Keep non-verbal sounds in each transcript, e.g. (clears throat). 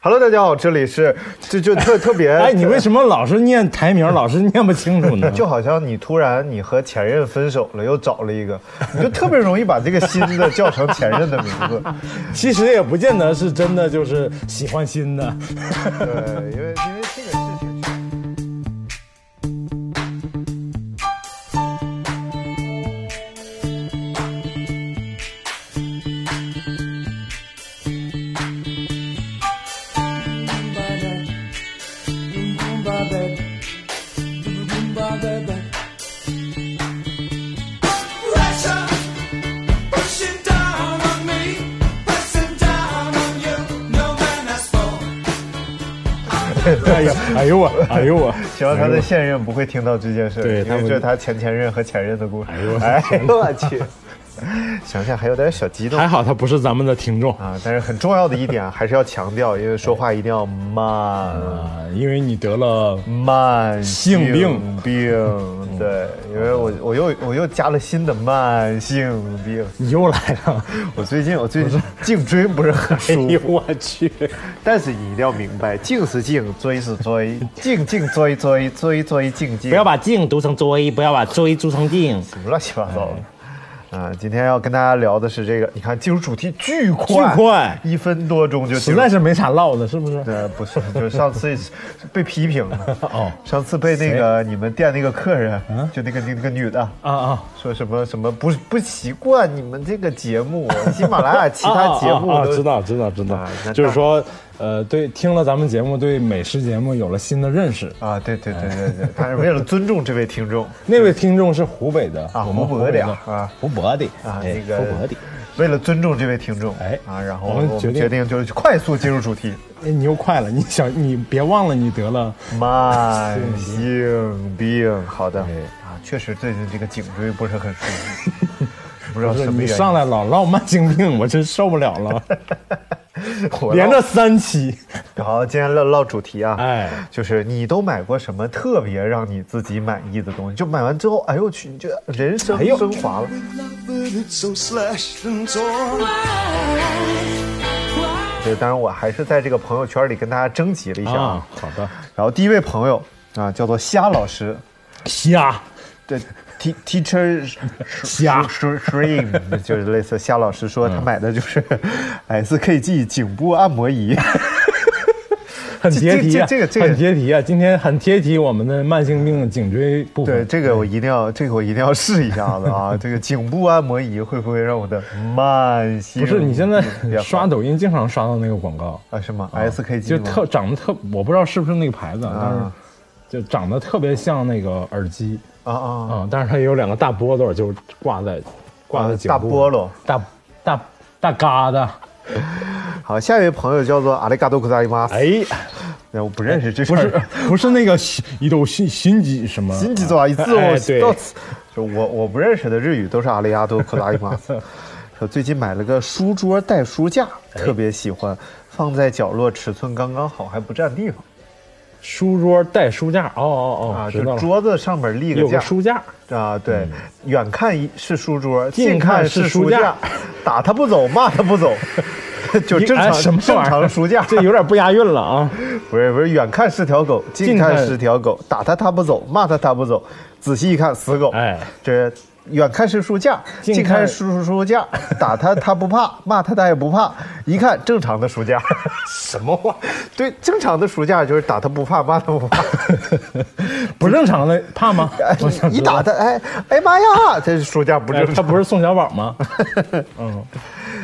Hello，大家好，这里是就就特特别。 (laughs) 哎，你为什么老是念台名，老是念不清楚呢？就好像你突然你和前任分手了，又找了一个，你就特别容易把这个新的叫成前任的名字。其实也不见得是真的，就是喜欢新的。 (laughs) 对，因为因为这个事情。哎呀，哎呦我，哎呦啊我，希望他的现任不会听到这件事，对因他为不这是他前前任和前任的故事。哎呦 (laughs) 我去，想想还有点小激动还好他不是咱们的听众啊！但是很重要的一点啊还是要强调，因为说话一定要慢啊，因为你得了，慢性病病，对，因为我我又我又加了新的慢性病。你又来 (laughs) 了。我最近我最近颈椎不是很 (laughs) 哎舒呦服，我去，但是你一定要明白，颈是颈，椎是椎，颈颈椎椎椎椎颈颈。不要把静读成追，不要把追读成静。什么乱七八糟哎的。啊，今天要跟大家聊的是这个，你看进入主题巨快，巨快一分多钟就进实入在。是没啥唠的，是不是？呃，不是，就是上次 (laughs) 被批评了。 (laughs) 哦嗯上次被那个你们店那个客人，就那个那个女的，啊啊，说什么什么不不习惯你们这个节 (laughs) 目，喜马拉雅其他节目啊啊啊都知道知道知道啊那，就是说，呃，对，听了咱们节目，对美食节目有了新的认识。啊，对对对对对，但是为了尊重这位听 (laughs) 众，那位听众是湖北的啊我们湖湖北北的的啊湖北的啊，哎那个湖北的。为了尊重这位听众，哎啊，然后我我们们决定决定就是快速进入主题。哎，你又快了，你想你别忘了你得了，慢性病，好的对啊，确实最近这个颈椎不是很舒 (laughs) 服，不知道不是什么你原因。上来老唠慢性 (laughs) 病，我真受不了了，我连唠着三期，好，今天唠唠主题啊，哎就是你都买过什么特别让你自己满意的东西？就买完之后，哎呦我去，你觉得人生哎呦升华了。 so slashed and torn. 对，当然我还是在这个朋友圈里跟大家征集了一下啊啊。，好的，然后第一位朋友啊，叫做虾老师，瞎对，te teacher 虾嗯 stream 就是类似夏老师说他买的就是哎 SKG 颈部按摩仪，很贴题啊，这这这个这个很贴题啊，今天很贴题我们的慢性病颈椎部对分，这个我一定要这 (laughs) 个我一定要试一下子啊！ (laughs) 这个颈部按摩仪会不会让我的慢性不是你现在 (laughs) 变好刷抖音经常刷到那个广告，啊是吗？SKG 就吗特长得特，我不知道是不是那个牌子，啊但是就长得特别像那个耳机。啊啊啊、但是它也有两个大菠萝，就是挂在挂在颈部、啊大菠萝，大大大疙瘩。啊！好，下一位朋友叫做阿里嘎多库萨伊玛斯，哎，哎我不认识这事不是 (laughs) 儿， (laughs) 不是那个心一斗心心机什么？新几座啊一次哎我对到此，就我我不认识的日语都是阿里亚多库拉伊马 (laughs) 斯。说最近买了个书桌带书架，哎特别喜欢，放在角落，尺寸刚刚好，还不占地方书桌带书架。哦哦哦，啊！知道就了。桌子上面立有个个架书架，啊，对，远看一是书桌，嗯近近看看是是书书架架，打他不走，骂他不 (laughs) 走，就正哎常什么玩意正儿常书架， (laughs) 这有点不押韵 (laughs) 了啊！不是不是，远看是条狗，近近看看是条狗，打它它不走，骂它它不走，仔细一看死狗。哎，这远看是书架，近近看看是书书架，打它它不怕，骂它它也不怕，一看正常的书 (laughs) 架。什么话？对，正常的书架就是打它不怕，骂它不怕。不正常的怕吗？哎 (laughs) 我想一知打道它，哎哎妈呀，这书架不哎正他常。不是宋小宝 (laughs) 吗？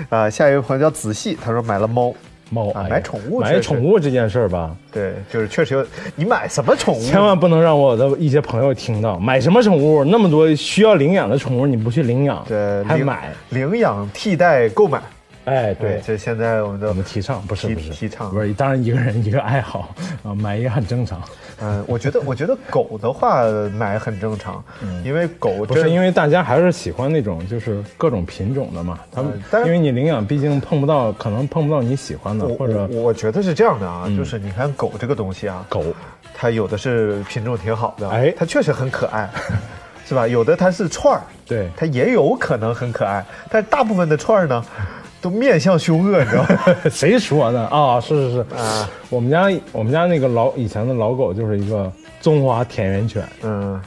啊，下一位朋友叫子细，他说买了猫。猫啊哎呀买宠物确买实宠物这件事儿吧，对，就是确实有。你买什么宠物？千万不能让我的一些朋友听到。买什么宠物？那么多需要领养的宠物，你不去领养，对，还领买？领养替代购买。哎，对，这现在我们的我们提倡不是提不是提倡不是，当然一个人一个爱好啊、买也很正常，嗯，我觉得，我觉得狗的话买很正常，因为狗嗯不是因为为大家还是喜欢那种就是各种品种的嘛，他们、呃但是因为你领养毕竟碰不到，可能碰不到你喜欢的我或者嗯我我觉得是这样的啊，就是你看狗这个东西啊，狗， (laughs) 它有的是品种挺好的，哎它确实很可 (laughs) 爱，是吧？有的它是串儿，对它也有可能很可爱，但是大部分的串儿呢，都面向凶恶，你 (laughs) 知道吗？谁说的啊？是是是，我们家我们家那个老以前的老狗就是一个中华田园犬，嗯，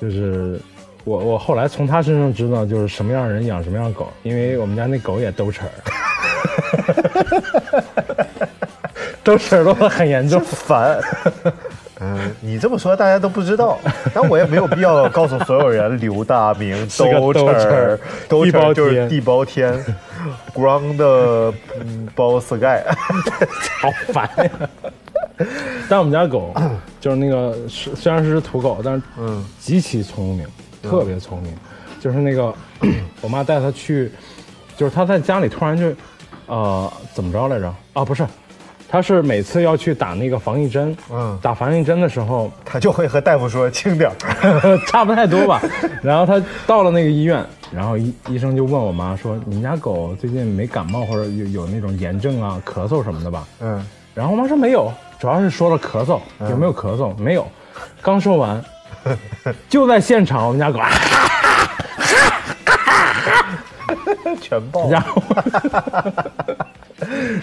就是我我后来从他身上知道就是什么样的人养什么样的狗，因为我们家那狗也兜齿儿， (laughs) 兜齿儿漏的很严重。烦。嗯，你这么说大家都不知道，但我也没有必要告诉所有人刘大明 (laughs) 是个兜兜齿儿儿，兜地齿儿包就是天地包天 (laughs) ，ground 嗯 ball sky，好烦呀！但我们家 (clears throat) 狗就是那个是虽然是土狗，但是嗯极其聪明，特别聪明。就是那个我妈带它去，就是它在家里突然就，呃，怎么着来着？啊，不是，它是每次要去打那个防疫针，嗯打防疫针的时候他就会和大夫说轻点儿。 (laughs) 差不太多吧。然后它到了那个医院，然后医医生就问我妈说：“你们家狗最近没感冒或者有有那种炎症啊、咳嗽什么的吧？”嗯，然后我妈说没有，主要是说了咳嗽，有没有咳嗽？没有。刚说完，就在现场，我们家狗啊， (laughs) 全爆。然后，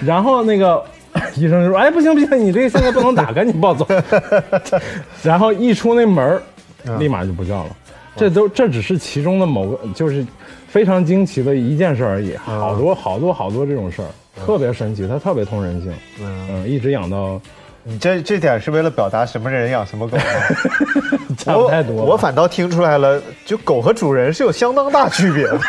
然后那个医生就说：“哎，不行不行，你这个现在不能打，赶紧抱走。” (laughs) 然后一出那门儿嗯立马就不叫了。这都这只是其中的某个，就是非常惊奇的一件事而已，嗯好多好多好多这种事儿，特别神奇，它特别通人性。嗯，一直养到你这这点是为了表达什么人养什么狗吗？ (laughs) 差不太多我了。我反倒听出来了，就狗和主人是有相当大区别的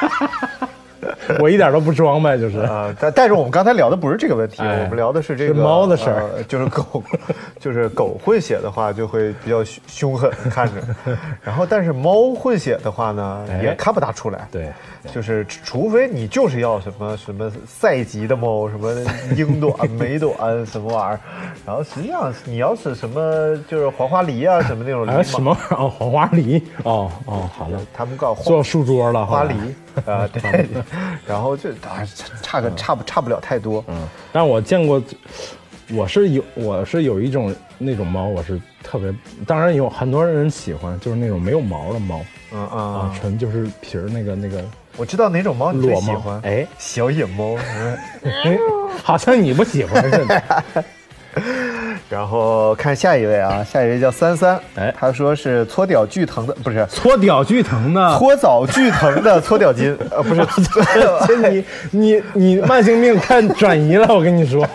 我一点都不装呗，就是。啊。但但是我们刚才聊的不是这个问题，哎我们聊的是这个是猫的事儿呃就是狗， (laughs) 就是狗混血的话就会比较凶凶狠看着，然后但是猫混血的话呢，哎也看不大出来。对，就是除非你就是要什么什么赛级的猫，什么英短、美短什么玩意儿，然后实际上你要是什么就是黄花梨啊什么那种还有狸什猫，么 (laughs) 玩意儿？哦，黄花梨。哦哦，好的，他们搞做嗯书桌了。花好吧梨。啊，对，然后就啊差差个差不差不了太多，嗯，但我见过，我是有我是有一种那种猫，我是特别，当然有很多人喜欢，就是那种没有毛的猫嗯啊啊，，纯就是皮儿那个那个。我知道哪种猫你最裸喜猫欢，哎，小野 (laughs) 猫，哎好像你不喜欢 (laughs) 似的。然后看下一位啊，下一位叫三三，哎他说是搓屌巨疼的，不是搓屌巨疼的，搓澡巨疼 (laughs) 的搓屌筋，呃，不 (laughs) 是你你你慢性病快转移了，我跟 (laughs) 你说。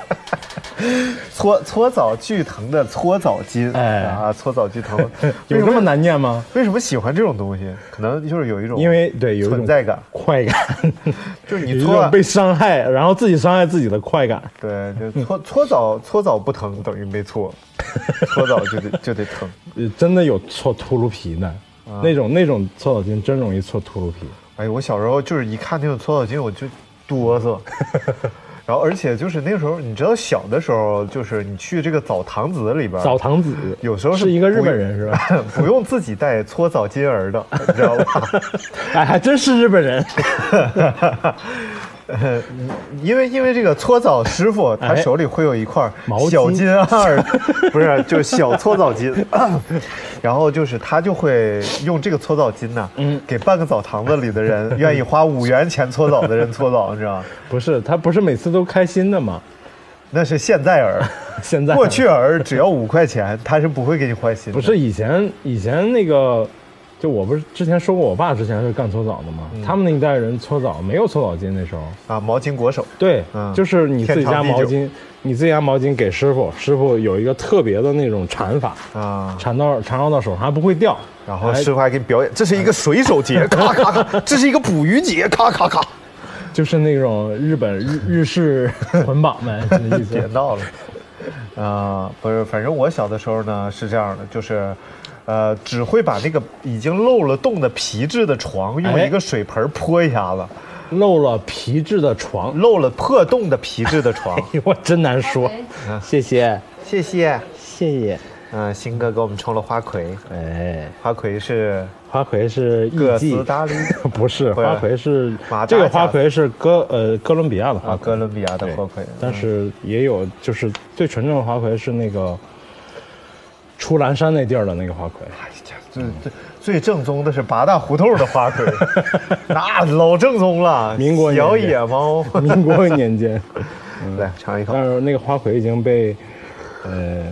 搓搓澡巨疼的搓澡巾，哎啊，搓澡巨疼， (laughs) 有这么难念吗？为什么喜欢这种东西？可能就是有一种因为对有一种存在感，快感，就是有 (laughs) 你一搓种完被伤害，然后自己伤害自己的快感。对，就搓 (laughs) 搓澡搓澡不疼等于没 (laughs) 搓，搓澡就得就得疼。呃真的有搓秃噜皮的，啊那种那种搓澡巾真容易搓秃噜皮。哎，我小时候就是一看那种搓澡巾我就哆 (laughs) 嗦，然后而且就是那时候你知道小的时候就是你去这个澡堂子里边儿澡堂子有时候是是一个日不本人是吧？ (laughs) 不用自己带搓澡巾儿的，你知道吧？ (laughs) 哎，还真是日本人。 (laughs) 呃，因为因为这个搓澡师傅他手里会有一块哎毛巾小金 (laughs) 二，不是就是小搓澡巾， (laughs) 然后就是他就会用这个搓澡巾呢，嗯给半个澡堂子里的人愿意花五元钱搓澡的人搓澡，你知道吗？不是，他不是每次都开心的吗？那是现在儿， (laughs) 现 (laughs) 在过去儿只要五块钱，他是不会给你换新的。不是以前以前那个，就我不是之前说过，我爸之前是干搓澡的嗯嘛，他们那一代人搓澡没有搓澡巾那时候。啊，毛巾裹手，对，嗯就是你自己家毛天长地巾，你自己家毛巾给师傅，师傅有一个特别的那种缠法啊缠到缠绕到手上还不会掉，然后哎师傅还给你表演，这是一个水手 (laughs) 节，咔咔咔，这是一个捕鱼节，咔咔咔。就是那种日本日日式捆绑呗，这意别 (laughs) 思。闹了。啊、不是，反正我小的时候呢是这样的，就是，呃，只会把那个已经漏了洞的皮质的床用哎一个水盆泼一下子，漏了皮质的床， (laughs) 漏了破洞的皮质的床。我真难说。啊谢 (laughs) 谢，谢谢，谢谢。嗯、新哥给我们冲了花魁，哎，花魁是花魁是艺哥斯妓，达黎 (laughs) 不是不是花魁是马达这个加花斯魁是哥呃哥伦比亚的花啊，魁哥，伦比亚的花魁，但是也有就是最纯正的 (laughs) 花魁是那个出岚山那地儿的那个花魁，哎呀最最最正宗的是八大胡同的花魁， (laughs) 那老正宗了。民国年小间嗯野 (laughs) 猫，嗯民国年间，来尝一口但。是那个花魁已经被，呃，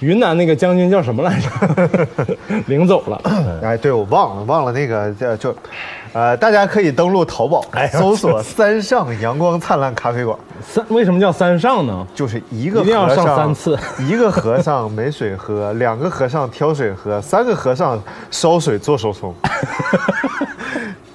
云南那个将军叫什么来着？领走了。嗯哎，对，我忘了忘了那个叫就，呃，大家可以登录淘宝，哎搜索“三上阳光灿烂咖啡馆三为什么叫三上呢？”，就是一个一定要和上尚三次，一个和尚没水喝，两个和尚挑水喝，三个和尚烧水做手 (laughs) 冲，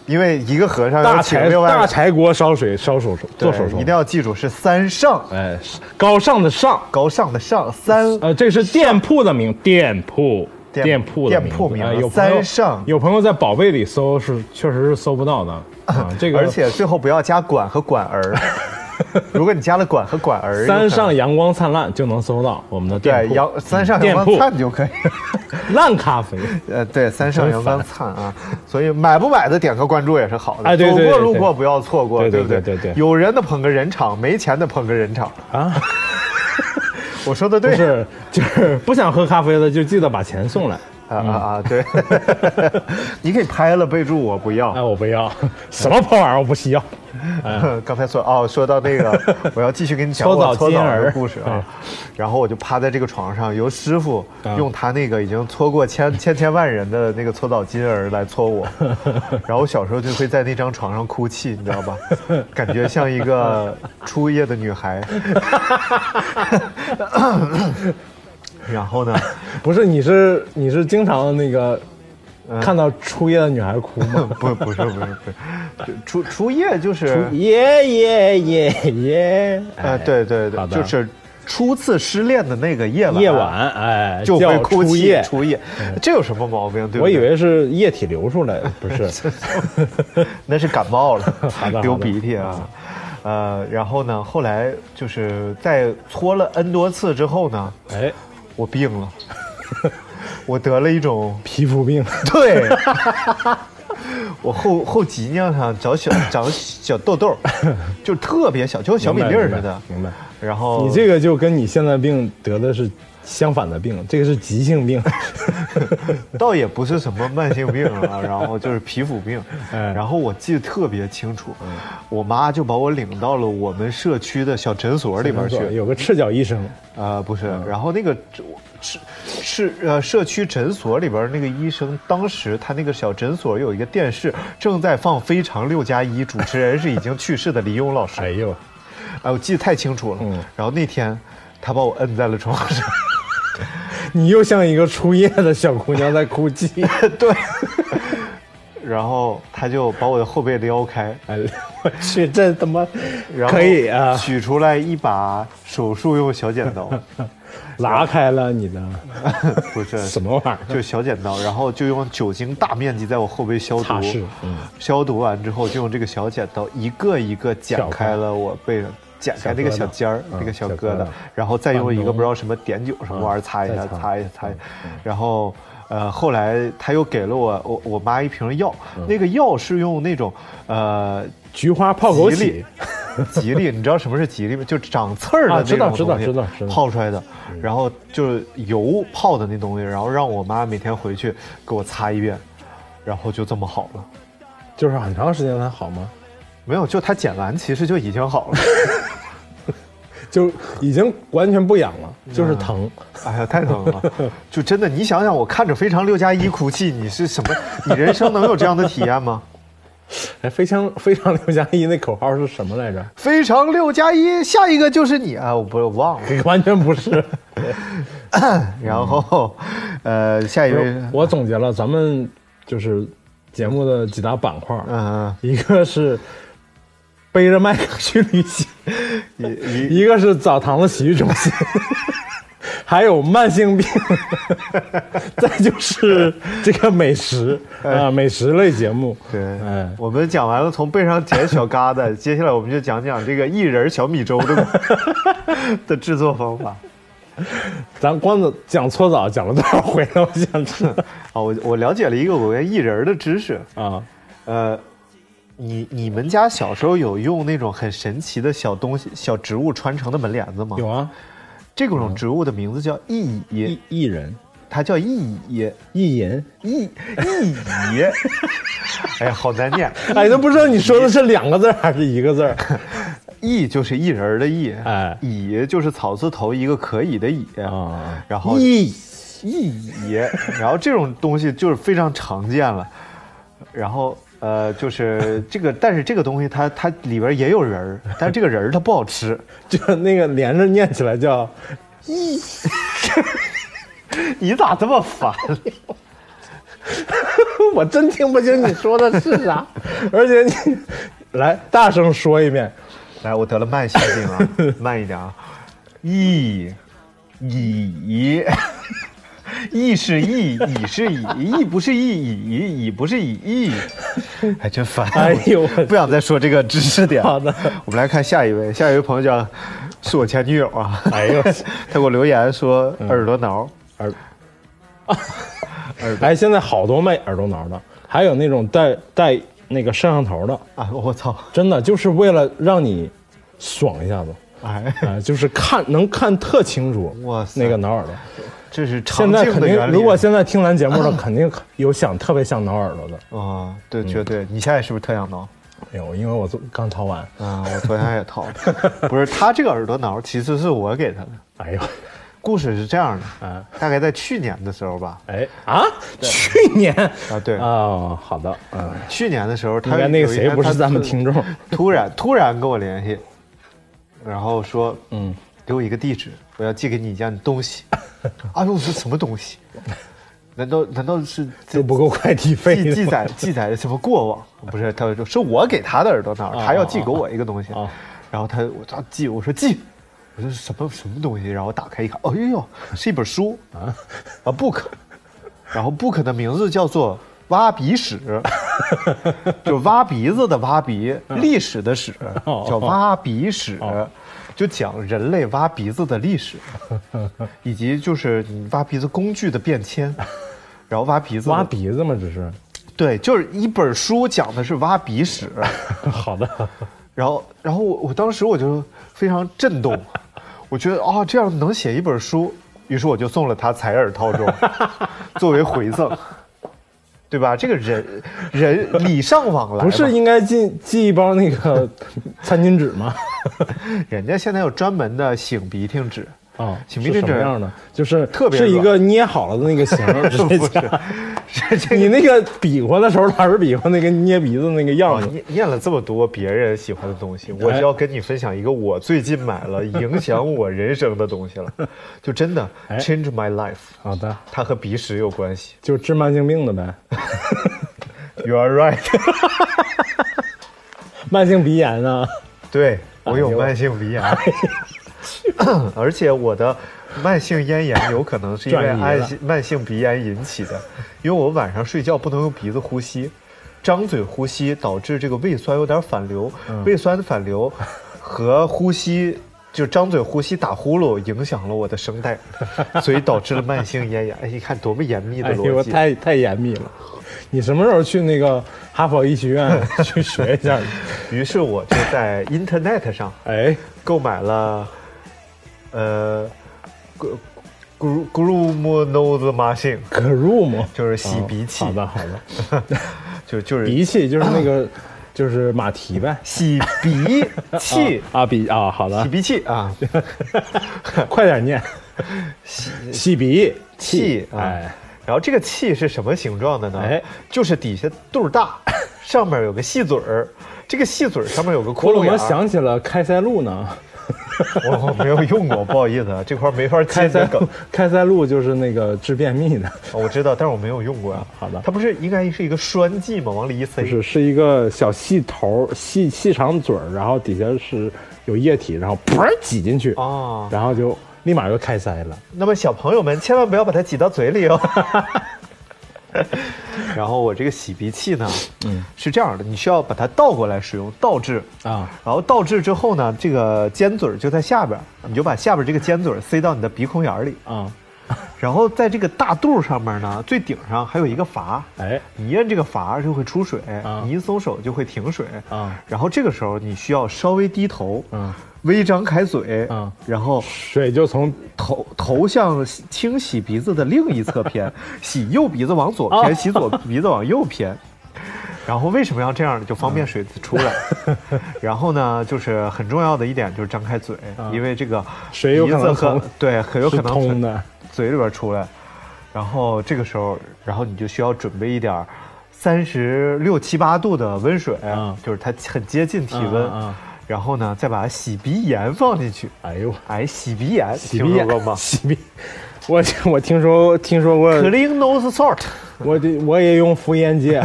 因为一个和尚要大请柴另外大柴锅烧水烧手手对做手手，一定要记住是三上哎高尚的上。高尚的上三呃，这是店铺的名，店铺，店店铺的店铺名啊哎有朋三友上有朋友在宝贝里搜是，确实是搜不到的 (laughs) 啊。这个，而且最后不要加管和管 (laughs) 儿，如果你加了管和管儿，有可三能上阳光灿烂就能搜到我们的店对铺，阳三上阳光店铺灿就可以。 (laughs) 烂咖啡。 (laughs) 呃，对，三上阳光灿啊，所以买不买的点个关注也是好的。哎对对走过对路对过不要错过，对对对不对？对对对有人的捧个人场，没钱的捧个人场啊。 (laughs) 我说的不对是，就是不想喝咖啡的就记得把钱送来。啊啊啊！ (laughs) 对， (laughs) 你给拍了备注，我不哎，要。我不要，什么破玩意儿，我不需要。 (laughs) 刚才说哦，说到那个， (laughs) 我要继续跟你讲搓澡我搓金澡的儿哎故事啊。然后我就趴在这个床上，由师傅啊用他那个已经搓过 (laughs) 千千千万人的那个搓澡巾儿来搓我，然后我小时候就会在那张床上哭泣，你知道吧？感觉像一 (laughs) 个初夜的女孩。然后呢，不是，你是你是经常那个看到初夜的女孩哭吗？不不是不是不是，初初夜就是 (laughs) 耶耶耶耶！啊呃对对哎对，好的就是初次失恋的那个夜晚，啊夜晚哎，就会叫哭初泣夜。嗯初夜，这有什么毛病？对不对我以为是液体流出来的，不是 (laughs) 那是感冒了好 (laughs) 的，流鼻涕啊。呃，然后呢，后来就是在搓了 N 多次之后呢，哎，我病 (laughs) 了，我得了一种皮肤病。对， (laughs) 我后后脊梁上长小长小痘痘， (laughs) 就特别小，就跟小米粒儿似的。明白。明白然后你这个就跟你现在病得的是相反的病，这个是急性 (laughs) 病。 (laughs) 倒也不是什么慢性病啊， (laughs) 然后就是皮肤 (laughs) 病。哎然后我记得特别清楚，我妈就把我领到了我们社区的小诊所 (laughs) 哎里边去。有个赤脚医生，呃，不是，然后那个是是呃社区诊所里边那个医生，当时他那个小诊所有一个电视正在放《非常六加一》，主持人是已经去世的李勇老师。哎哎，嗯呦，我记得太清楚了。然后那天他把我摁在了床上， (laughs) 你又像一个初夜的小姑娘在哭泣。对，然后他就把我的后背撩开，哎，我去，这他妈然后可以啊！取出来一把手术用小剪 (laughs) 刀，拉开了你的不是什么玩意呃就小剪刀，然后就用酒精大面积在我后背消毒，擦拭嗯消毒完之后就用这个小剪刀一个一个剪挑开开了我背上。剪开那个小尖儿，嗯那个小小疙疙瘩瘩，然后再用一个放脓不知道什么碘酒什么玩意儿擦一下，再擦嗯擦一下，擦一下。然后，呃，后来他又给了我我我妈一瓶药，嗯那个药是用那种呃儿？菊花泡枸吉杞利，吉利，你知道什么是吉利吗？就是长刺儿的啊那知道种东西知道知道知道嗯泡出来的，然后就是油泡的那东西，然后让我妈每天回去给我擦一遍，然后就这么好了。就是很长时间才好吗？没有，就它剪完其实就已经好了。 (laughs) 就已经完全不痒了，就是疼。哎呀，太疼了！就真的，你想想，我看着《非常六加一》哭泣，你是什么？你人生能有这样的体验吗？ (laughs) 哎，非常非常六加一那口号是什么来着？ (laughs) 《非常六加一》，下一个就是你啊！我不我忘了。 (laughs) 完全不是。然后，呃，下一不位是，我总结了咱们就是节目的几大板块，嗯，一个是背着麦克去旅行，一一一个是澡堂子洗浴中心， (laughs) 还有慢性病，再就是这个美食啊、美食类节目。对，哎，我们讲完了从背上捡小疙 (laughs) 瘩，接下来我们就讲讲这个薏仁小米粥的 (laughs) 的制作方法。咱光讲搓澡讲了多少回了？我想知 (laughs) 道啊，我我了解了一个我跟薏仁的知识。啊。呃，你你们家小时候有用那种很神奇的小东西、小植物穿成的门帘子吗？有。啊，嗯这种植物的名字叫薏苡，艺艺人它叫意爷，意淫，意意 (laughs) 爷，哎呀，好难念，哎，都不知道你说的是两个字儿还是一个字儿。意就是一人儿的意，哎乙就是草字头一个可以的乙，啊然后意意乙，然后这种东西就是非常常见了，然后。呃，就是这个，但是这个东西它它里边也有人儿，但是这个人儿它不好吃，就那个连着念起来叫你咋这么烦？我真听不清你说的是 (laughs) 啥，而且你来大声说一遍，来，我得了慢性病了，慢一点啊。意，乙， (laughs) 意是意，乙是乙，意不是意，乙乙不是乙，意，还真烦。啊哎呦我不想再说这个知识点。好的我们来看下一位，下一位朋友叫， (laughs) 是我前女友啊。哎呦， (laughs) 他给我留言说耳朵挠，耳，哎，现在好多卖耳朵挠的，还有那种带带那个摄像头的， (laughs) 啊，我操，真的就是为了让你爽一下子，哎，哎，就是看能看特清楚，哇塞那个挠耳朵。这是长现在镜肯的定原，理。啊如果现在听咱 (laughs) 节目的，肯定有想特别想挠耳朵的。啊，对，嗯绝对，你现在是不是特想挠？ (laughs) 没有，因为我昨刚掏完。啊， (laughs) 我昨天也掏了，不是他这个耳朵挠，其实是我给他的。哎呦，故事是这样的，啊大概在去年的时候吧，哎啊，去年啊对哦，好的，嗯，去年的时候他应该那个有一谁天不他是咱们突听众， (laughs) 突然突然跟我联系，然后说，嗯，给我一个地址，我要寄给你一件东西。 (laughs) 哎呦，我说什么东西？难道难道是这这不够快递费记的记吗载记载什么过往？不是，他说是我给他的耳朵那儿，他要寄给我一个东西啊啊啊啊，然后他我他寄，我说寄，我说什么什么东西？然后我打开一看，哎呦呦，是一本书啊啊 book，然后 book 的名字叫做。挖鼻屎，就挖鼻子的挖鼻，历史的史，嗯哦叫挖鼻史哦，就讲人类挖鼻子的历史，以及就是你挖鼻子工具的变迁，然后挖鼻子的挖鼻子吗？只是，对，就是一本书讲的是挖鼻 (laughs) 屎，好的，然后，然后我我当时我就非常震动，我觉得啊、这样能写一本书，于是我就送了他采耳套 (laughs) 装，作为回赠，对吧？这个人人礼尚往来嘛，不是应该寄寄一包那 (laughs) 个餐巾纸吗？人家现在有专门的擤鼻涕纸， (laughs) 啊，请是明天什么这样的？就是特别是一软个捏好了的那个形 (laughs) 儿，直接不是加这这你那个比划的时候，老是比划那个捏鼻子那个样啊，子。念念了这么多别人喜欢的东哎西，我就要跟你分享一个我最近买了影响我人生的东西了，就真 (laughs) 的哎 change my life。好的，它和鼻屎有关系。就治慢性病的呗， (laughs) You are right (laughs) 慢性鼻炎啊。对。我哎有慢性鼻炎，而且我的慢性咽炎有可能是因为转移了慢性慢性鼻炎引起的，因为我晚上睡觉不能用鼻子呼吸，张嘴呼吸导致这个胃酸有点反流，嗯胃酸反流和呼吸。就张嘴呼吸打呼噜影响了我的声带，所以导致了慢性咽炎。哎，你看多么严密哎的逻呦，辑！太太严密了。你什么时候去那个哈佛医学院 (laughs) 去学一下？于是我就在 Internet 上哎，购买了，呃，Gro-，Gro Groom Nose Machine，可入吗？就是洗鼻器，哦好的，好的。就就是鼻器就是那个，就是马蹄呗。洗鼻 (laughs) 器，啊鼻啊，好洗的，鼻器啊，快点念。洗洗鼻器啊。哎，然后这个器是什么形状的呢？哎就是底下肚儿 (laughs) 大，上面有个细嘴儿，这个细嘴儿上面有个窟我怎窿眼么儿。想起了开塞 (laughs) 露呢？我我没有用过，不好意 (laughs) 思啊，这块儿没法接开你的塞梗露。， (laughs) 开塞露就是那个治便秘的，我知道，但是我没有用过呀。啊好的它不是应该是一个栓剂吗？往里一塞。不是是一个小细头儿细细长嘴儿，然后底下是有液体，然后噗儿挤进去，哦然后就立马就开塞了。那么小朋友们千万不要把它挤到嘴里 (laughs) 哦。然后我这个洗鼻器呢，嗯，是这样的，你需要把它倒过来使用，倒置啊然后倒置之后呢，这个尖嘴儿就在下边儿，你就把下边儿这个尖嘴儿塞到你的鼻孔眼儿里，啊，然后在这个大肚上面呢，最顶上还有一个阀，哎，你一摁这个阀就会出水，啊你一松手就会停水啊。然后这个时候你需要稍微低头，啊微张开嘴，啊然后水就从头头向清洗鼻子的另一侧 (laughs) 偏，洗右鼻子往左哦偏，洗左鼻子往右偏。然后为什么要这样呢？就方便水出 (laughs) 来。然后呢，就是很重要的一点就是张开嘴，因为这个啊水有可能鼻子和从对很有可是能通从的，嘴里边出来。然后这个时候，然后你就需要准备一点三十六七八度的温水，嗯就是它很接近体温。嗯嗯嗯然后呢，再把洗鼻盐放进去。哎呦，哎，洗鼻盐，洗鼻听说过吗洗鼻，我我听说听说过， ？Clean nose (laughs) salt，我得我也用福烟啊戒，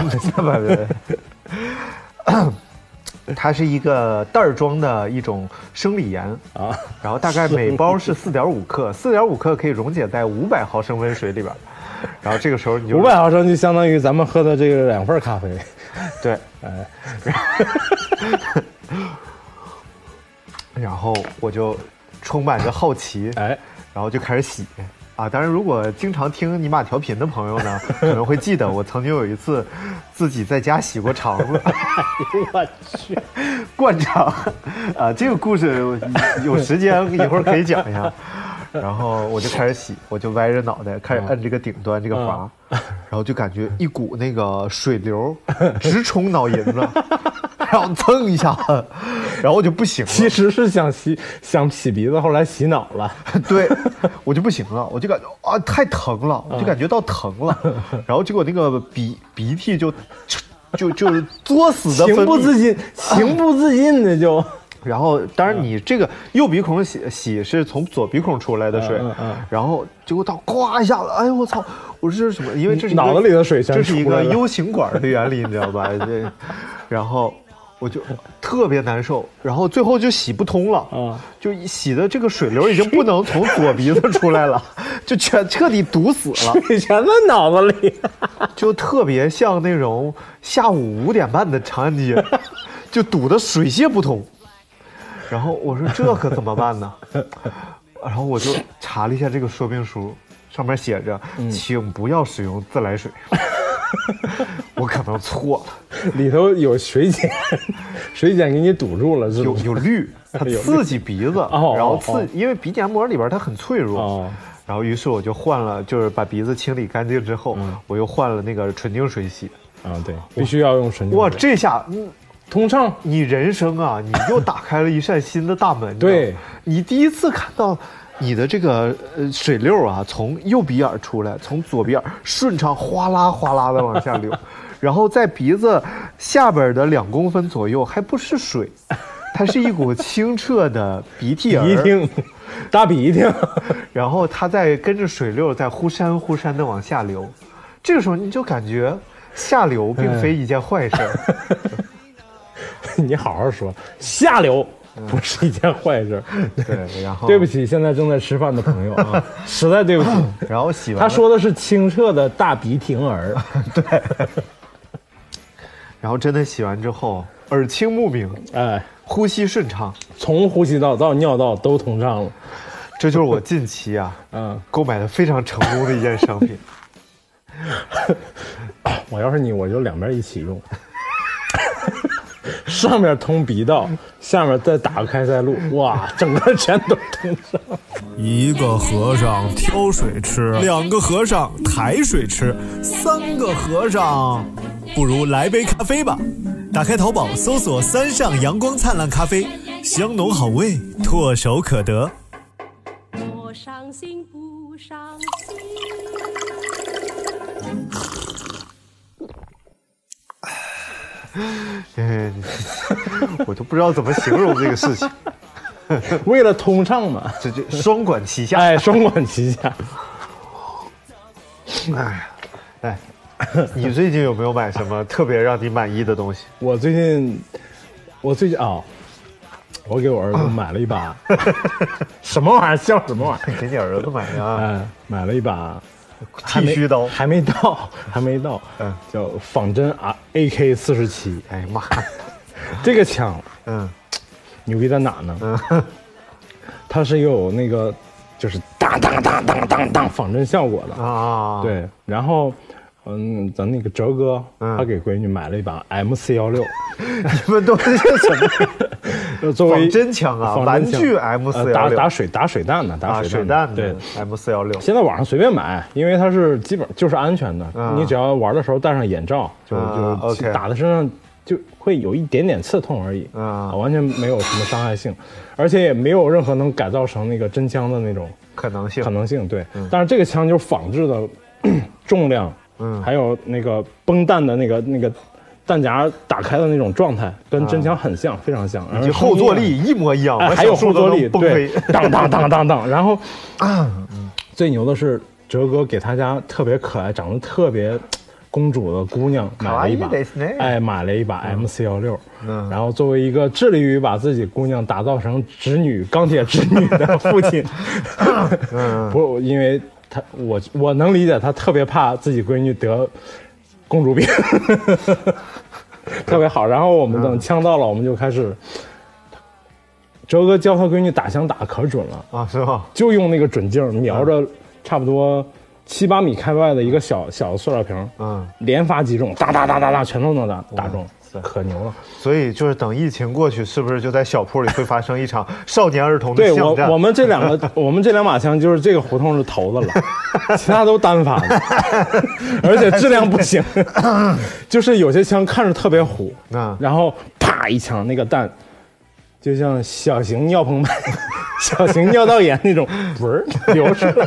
(laughs) 它是一个袋儿装的一种生理盐啊，然后大概每包是四点五 (laughs) 克，四点五克可以溶解在五百毫升温水里边儿，然后这个时候你就五百毫升就相当于咱们喝的这个两份咖啡，对，哎， (laughs) 然后我就充满着好奇， (laughs) 哎，然后就开始洗。啊，当然，如果经常听尼玛调频的朋友呢，可能会记得我曾经有一次自己在家洗过肠子，我去，灌肠，啊，这个故事我有时间一会儿可以讲一 (laughs) 下。然后我就开始洗，我就歪着脑袋开始摁这个顶端这个阀，嗯然后就感觉一股那个水 (laughs) 流直冲脑银子，然后蹭一下，然后我就不行 (laughs) 其了，实是想洗想洗鼻子，后来洗脑 (laughs) 了，对我就不行了，我就感觉啊太疼了，嗯我就感觉到疼了，然后结果那个鼻鼻涕就就就就是作死的情不自禁，情不自禁的就， (laughs) 然后，当然你这个右鼻孔洗洗是从左鼻孔出来的水，嗯嗯嗯然后结果到咵一下子，哎呦我操！我说这是什么？因为这是一个脑子里的水全这是一出来个了 U 型管的原理，你知道吧？这，然后我就特别难受，然后最后就洗不通了，嗯就洗的这个水流已经不能从左鼻子出来了， (laughs) 就全彻底堵死了，水全在脑子里，就特别像那种下午五点半的长安 (laughs) 街，就堵得水泄不通。然后我说这可怎么办呢？然后我就查了一下这个说明书，上面写着，嗯请不要使用自 (laughs) 来水。我可能错了，里头有水碱，水碱给你堵住了，是有 (laughs) 不是？有氯，它有氯刺激鼻子，哦然后哦刺，因为鼻黏膜里边它很脆弱。哦然后于是我就换了，就是把鼻子清理干净之后，嗯我又换了那个纯净水洗。啊，对，必须要用纯净水。哇，这下嗯通畅，你人生啊，你又打开了一扇新的大 (laughs) 门。对你知道吗，你第一次看到你的这个呃水流啊，从右鼻眼儿出来，从左鼻眼儿顺畅哗啦哗啦的往 (laughs) 下流，然后在鼻子下边的两公分左右还不是 (laughs) 水，它是一股清澈的鼻涕儿。鼻涕，大鼻涕，然后它再跟着水流在忽闪忽闪的往下流，这个时候你就感觉下流嗯并非一件坏事儿。 (laughs) (laughs) 你好好说，下流不是一件坏事儿。 (laughs) 对，然后对不起，现在正在吃饭的朋友 (laughs) 啊，实在对不起。然后洗完他了说的是清澈的大鼻亭儿，然后真的洗完之后，耳清目明，哎，呼吸顺畅，从呼吸道到尿道都通畅了。这就是我近期啊，嗯，购买的非常成功的一件商品。 (laughs) 我要是你，我就两边一起用，上面通鼻道，下面再打个开塞露，哇，整个全都通上。一个和尚挑水吃，两个和尚抬水吃，三个和尚，不如来杯咖啡吧。打开淘宝搜索“三上阳光灿烂咖啡”，香浓好味，唾手可得。我伤心不伤心。嗯， (laughs) 我都不知道怎么形容这个事情，为了通畅嘛，这就双管齐下。哎，双管齐下。哎，你最近有没有买什么特别让你满意的东西？我最近，我最近啊、我给我儿子买了一把，什么玩意儿？笑什么玩意儿？给你儿子买的啊，嗯，买了一把还没剃须刀。还没 (laughs) 到，还没到，嗯叫仿真啊 AK 四十七，哎呀妈，这个枪嗯 (laughs) 牛逼在哪呢？它是有那个，就是当当当当当当仿真效果 (laughs) 的。啊，，对，然后。嗯，咱那个哲哥，嗯他给闺女买了一把 M 四 (laughs) 幺六，你们都是什 (laughs) 么？作为仿真枪啊仿真玩枪具 M416 呃打打水打水弹的，打打水啊水弹弹的。的对， M 四幺六，现在网上随便买，因为它是基本就是安全的，啊你只要玩的时候戴上眼罩，就啊就其 OK 打在身上就会有一点点刺痛而已，啊完全没有什么伤害性，而且也没有任何能改造成那个真枪的那种可能性可能性。对，但是这个枪就是仿制的 (clears throat) 重量，嗯还有那个崩弹的那个那个弹夹打开的那种状态，跟真枪很像，非常像，而以及啊后坐力一模一样，哎，我还有小时候后都坐能力，崩对飞，当当当当当。然后最牛的是哲哥给他家特别可爱、长得特别公主的姑娘买了一把可愛いですね，哎，买了一把 M 四幺六。嗯然后作为一个致力于把自己姑娘打造成直女、钢铁直女的父 (laughs) 亲，嗯 (laughs) 不，因为他我我能理解他特别怕自己闺女得公主病， (laughs) 特别好。然后我们嗯等枪到了，我们就开始。哲哥教他闺女打枪打可准了，啊，是吗？就用那个准劲儿瞄着差不多七八米开外的一个小小的塑料瓶，嗯，连发几中，哒哒哒哒哒，全都能打打中塞，可牛了。所以就是等疫情过去，是不是就在小铺里会发生一场 (laughs) 少年儿童的对巷我战？我们这两个我们这两把枪就是这个胡同是头的了， (laughs) 其他都单发的，而且质量不行，就是有些枪看着特别虎，嗯然后啪一枪那个弹。就像小型尿膨麦、 (laughs) 小型尿道炎那种，不是流出来。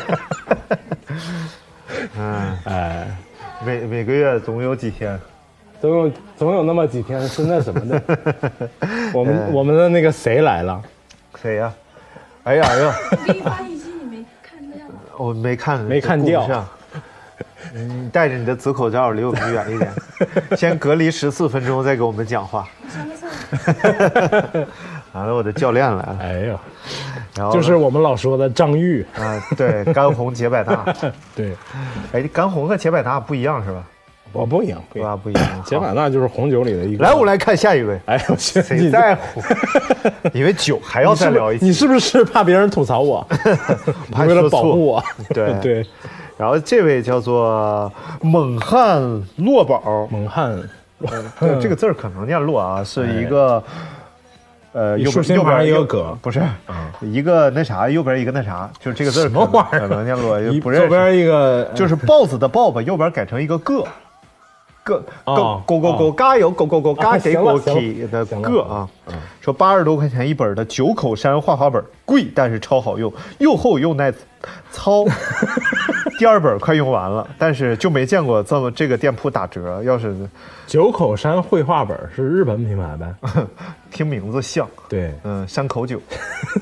嗯，哎，每每个月总有几天，总有总有那么几天是那什么的。我们我们的那个谁来了？谁呀？哎呀哎呀， (laughs) 我 (laughs) 给你发信息，你没看到。我没看，没看顾不掉上。啊你戴着你的紫口罩，离我们远一 (laughs) 点，先隔离十四分钟，再给我们讲话。完了，我的教练来了，哎呀，然后呢就是我们老说的张玉。啊，对，干红解百 (laughs) 搭。对，哎，干红和解百搭不一样是吧？我不一样，不一对样吧？。不一样。啊杰玛纳就是红酒里的一个。来，我，来看下一位。哎，我 (laughs) 去，谁在乎？因为酒还要你 (laughs) 是再不聊一是你期。是不是怕别人吐槽我？ (laughs) 怕为了说错保护我。 (laughs) 对对，然后这位叫做猛汉洛宝，蒙汉嗯对这个字儿可能念洛啊，是一个。呃，一右哎竖边心右旁边一个右葛嗯不是，一个那啥，右边一个那啥，就是这个字儿什么玩意儿可能念洛，一不认左识。边一个呃就是是豹子的豹吧，右边改成一个个，个狗哦狗狗狗嘎有狗狗狗嘎啊给行了狗行了体的行个了嗯啊，说八十多块钱一本的九口山画画本，贵但是超好用，又厚又耐操。 (laughs) 第二本快用完了，但是就没见过这么这个店铺打折。要是九口山绘画本是日本品 (laughs) 牌呗？听名字像，对，嗯，山口酒，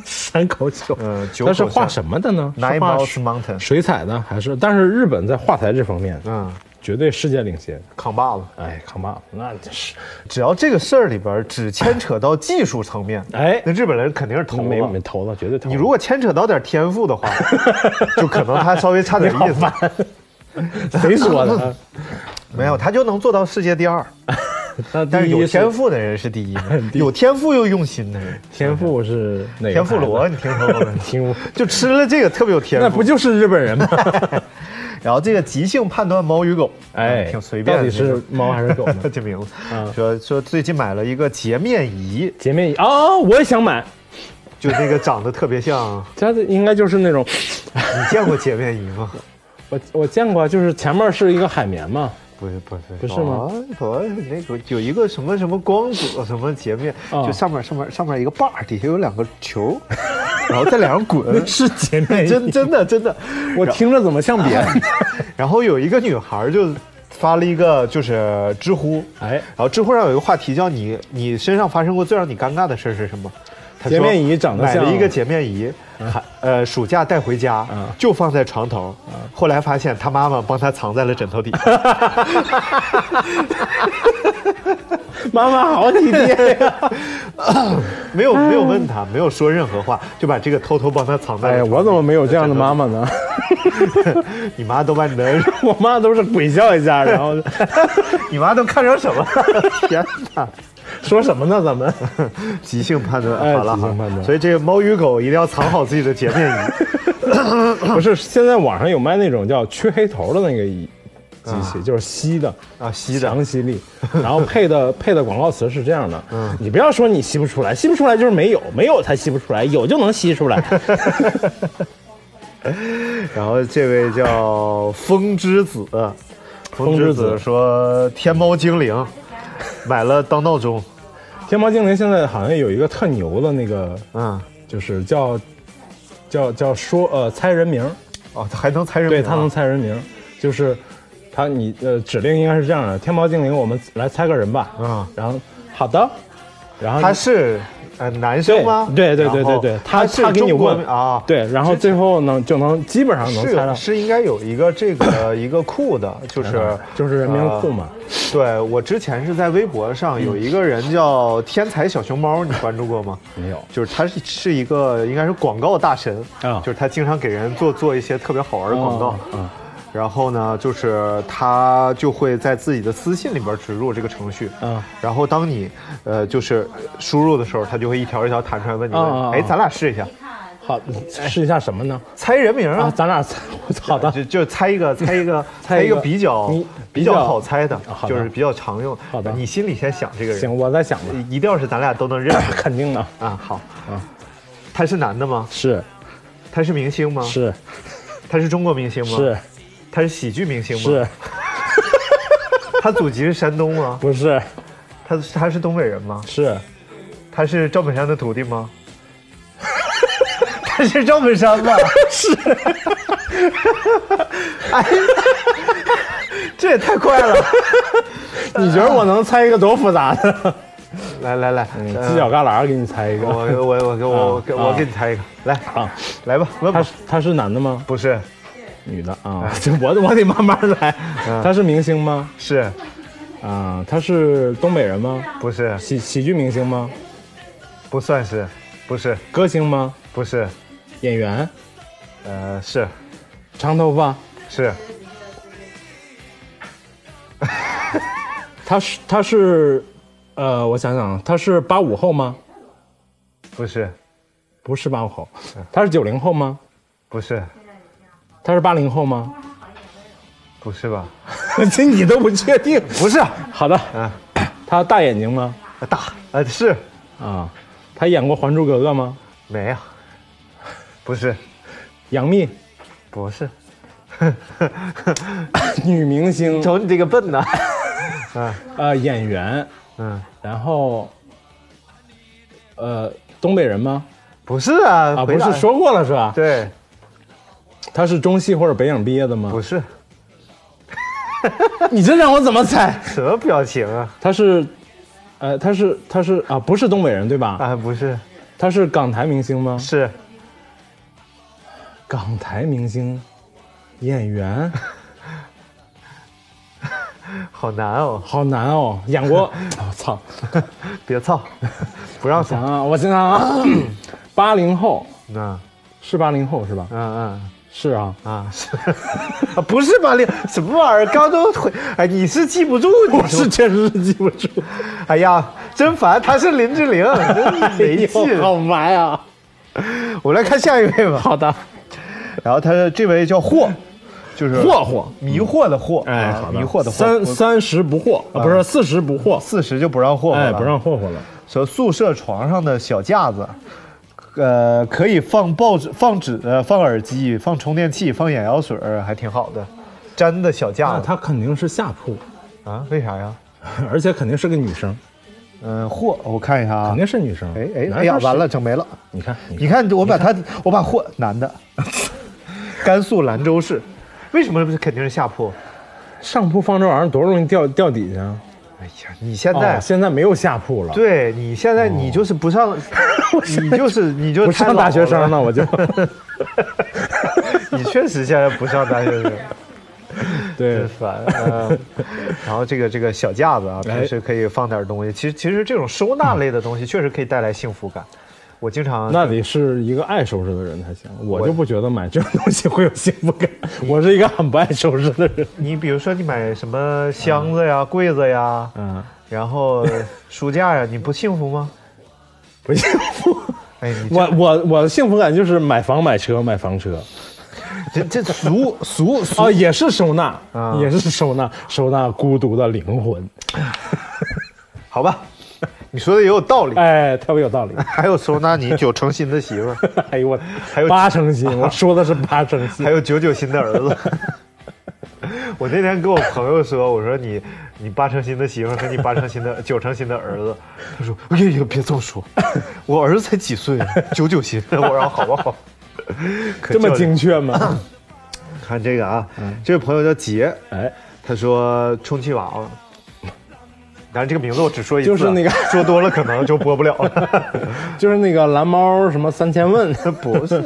山口酒。嗯，九口它是画山什么的呢？ ？Nine 是画 Miles Mountain，水彩呢？还是？但是日本在画材这方面，嗯，绝对世界领先。扛把子。哎，扛把子，那这是只要这个事儿里边儿只牵扯到技术层面，哎那日本人肯定是投没了没头了，绝对头了。你如果牵扯到点天赋 (laughs) 的话，就可能他稍微差点意思。 (laughs) 谁 (laughs) 说的？没有，他就能做到世界第二。那但第是一有是天赋的人是第一， (laughs) 第一有天赋又用心的 (laughs) 人，天赋是哪个？？天妇罗，，你听说过没 (laughs) 听过，就吃了这个特别有天赋。那不就是日本人吗？然后这个即兴判断猫与狗， (laughs) 啊 (laughs) 哎，挺随便的到底那种。？是猫还是狗呢 (laughs) 这名字嗯说说最近买了一个洁面仪，洁面仪哦，我也想买，就那个长得特别像，它应该就是那种，你见过洁面仪吗？我我见过，就是前面是一个海绵嘛，不是不是不是吗？啊不是那个有一个什么什么光子什么洁面，啊。就上面上面上面一个把儿，底下有两个球，然后在脸上滚 (laughs) 是洁面真仪，真的真的，哎我听着怎么像别 (laughs) 人？然后有一个女孩就发了一个就是知乎，哎，然后知乎上有一个话题叫你你身上发生过最让你尴尬的事儿是什么？她说洁面仪长得买了像啊一个洁面仪，还呃暑假带回家嗯，就放在床头，啊后来发现她妈妈帮她藏在了枕头底下。妈妈好体贴呀！没有没有问他，没有说任何话，就把这个偷偷帮他藏在了。 (laughs) 哎呀，我怎么没有这样的妈妈呢？ (laughs) 你妈都把你的， (laughs) 我妈都是鬼笑一下，然 (laughs) 后你妈都看成什么了？ (laughs) 天哪！说什么呢？(laughs) 咱们即兴判断，哎好了即兴好判 (laughs) 断所以这个猫与狗一定要藏好自己的洁面仪。不是，现在网上有卖那种叫去黑头的那个仪机器，就是吸的啊吸的强吸力，然后配的配的广告词是这样的，你不要说你吸不出来，吸不出来就是没有，没有才吸不出来，有就能吸出来。然后这位叫风之子，风之子说天猫精 (laughs) 灵买了当闹钟，天猫精灵现在好像有一个特牛的那个，嗯，就是叫叫叫说呃猜人名儿，哦，还能猜人名对啊，它能猜人名儿，就是它你呃指令应该是这样的，天猫精灵我们来猜个人吧，嗯然后好的，然后他是呃男生吗？对对对然后对对，他是他给你中国问啊，，对，然后最后呢就能基本上能是猜到有，是应该有一个这 (clears throat) 个一个库的，就是就是人名库嘛。呃对我之前是在微博上有一个人叫天才小熊猫，你关注过吗？没有就是他是是一个应该是广告大神啊就是他经常给人做做一些特别好玩的广告。啊，然后呢，就是他就会在自己的私信里边植入这个程序，啊然后当你呃就是输入的时候，他就会一条一条弹出来问你啊问啊啊题，哎，咱俩试一下好，试一下什么呢？猜人名啊，啊，咱俩 (laughs) 猜，好的，就就猜一个，猜一个， (laughs) 猜一个一个比较你比比较较好猜的，好的就是比较常用。好的你心里先想这个人，行，我在想呢，一定要是咱俩都能认识肯定的，啊。好，嗯他是男的吗？是他是明星吗？，是他是中国明星吗？是，他是喜剧明星吗？是，他祖籍是山东吗？不是他他是东北人吗？是他是赵本山的徒弟 (laughs) 吗？他是赵本 (laughs) 山吧？是。哎，这也太快了！你觉得我能猜一个多复杂的？来来来，嗯犄角旮旯给你猜一嗯我个。我我我我给我啊给你猜一个，来啊，来吧，问他吧。是他是男的吗？不是，女的啊，这 (laughs) 我我得慢慢来。他是明星吗？是啊，他是东北人吗？不是喜喜剧明星吗？不算是，不是歌星吗？不是，演员？呃，是长头发？是他是他是，呃，我想想啊，他是八五后吗？不是不是八五后，他是九零后吗？不是他是八零后吗？不是吧？ (laughs) 这你都不确定。不是，好的，嗯他大眼睛吗？大呃是啊，他演过《还珠格格》吗？没有，不是杨幂，不是， (laughs) 女明星，瞅你这个笨呐！呃，演员，嗯，然后，呃，东北人吗？不是啊，啊，不回答是说过了是吧？对，他是中戏或者北影毕业的吗？不是你这让我怎么猜？什么表情啊？他是，呃，他是他是啊，不是东北人对吧？啊，不是他是港台明星吗？是港台明星，演员，好难哦，好难哦。演 (laughs) 过，我、操！别操， (laughs) 不让想操。啊，我想想啊， (coughs) 八零后嗯是八零后是吧？嗯嗯。是啊，啊，是 (laughs) 啊，不是八零什么玩意儿？刚都回，哎，你是记不住， (laughs) 你我是确实是记不住。哎呀，真烦，他是林志玲，真 (laughs) 没哎劲呦。好埋啊！我们来看下一位吧。好的，然后他的这位叫霍，就是霍霍，迷惑的霍，哎，啊好的迷惑的霍。三三十不惑啊，不是四十不惑，四十就不让霍霍了，哎，不让霍霍了。说宿舍床上的小架子，呃，可以放报纸、放纸、呃、放耳机、放充电器、放眼药水儿，还挺好的。粘的小架那子他肯定是下铺， (laughs) 啊？为啥呀？而且肯定是个女生，嗯，霍，我看一下啊肯。定是女生。哎哎男生哎呀，是完了，整没了。你看，你你看，我把他，我把霍男的， (laughs) 甘肃兰州市，为什么不是肯定是下铺？上铺放这玩意儿多容易掉掉底下啊！哎呀，你现在哦，现哦在没有下铺了，对你现在你就是不 (laughs) 上，你就是你就不太上老大学生了，我就 (laughs) (laughs) 你确实现在不上大学生，真对 (laughs) 烦。嗯然后这个这个小架子啊，哎嗯平时可以放点东西。其实其实这种收纳类的东西确实可以带来幸福感。我经常那得是一个爱收拾的人才行。我就不觉得买这种东西会有幸福感，我是一个很不爱收拾的人。你比如说你买什么箱子呀、柜子呀，嗯，然后书架呀，你不幸福吗？不幸福。哎，你这我我我的幸福感就是买房买车买房车这这俗俗俗啊，也是收纳啊，也是收纳收纳孤独的灵魂。好吧，你说的也有道理。哎，特别有道理。还有收纳你九成新的媳妇儿，哎呦我，还有八成新，我说的是八成新 (laughs) 还。有九九新的儿子。 (laughs) 我那天跟我朋友说，我说你你八成新的媳妇儿和你八成新的 (laughs) 九成新的儿子，他说哎呀呀别这么说， (laughs) 我儿子才几岁啊， (laughs) 九九新的，我说好 (laughs) 不好？可这么较精嗯 (laughs) 确吗？看这个啊，这位朋友叫杰，哎，他说充气娃娃，但是这个名字我只说一次啊，就是那个 (laughs) 说多了可能就播不了 (laughs) 了。就是那个蓝猫什么三千问，不是，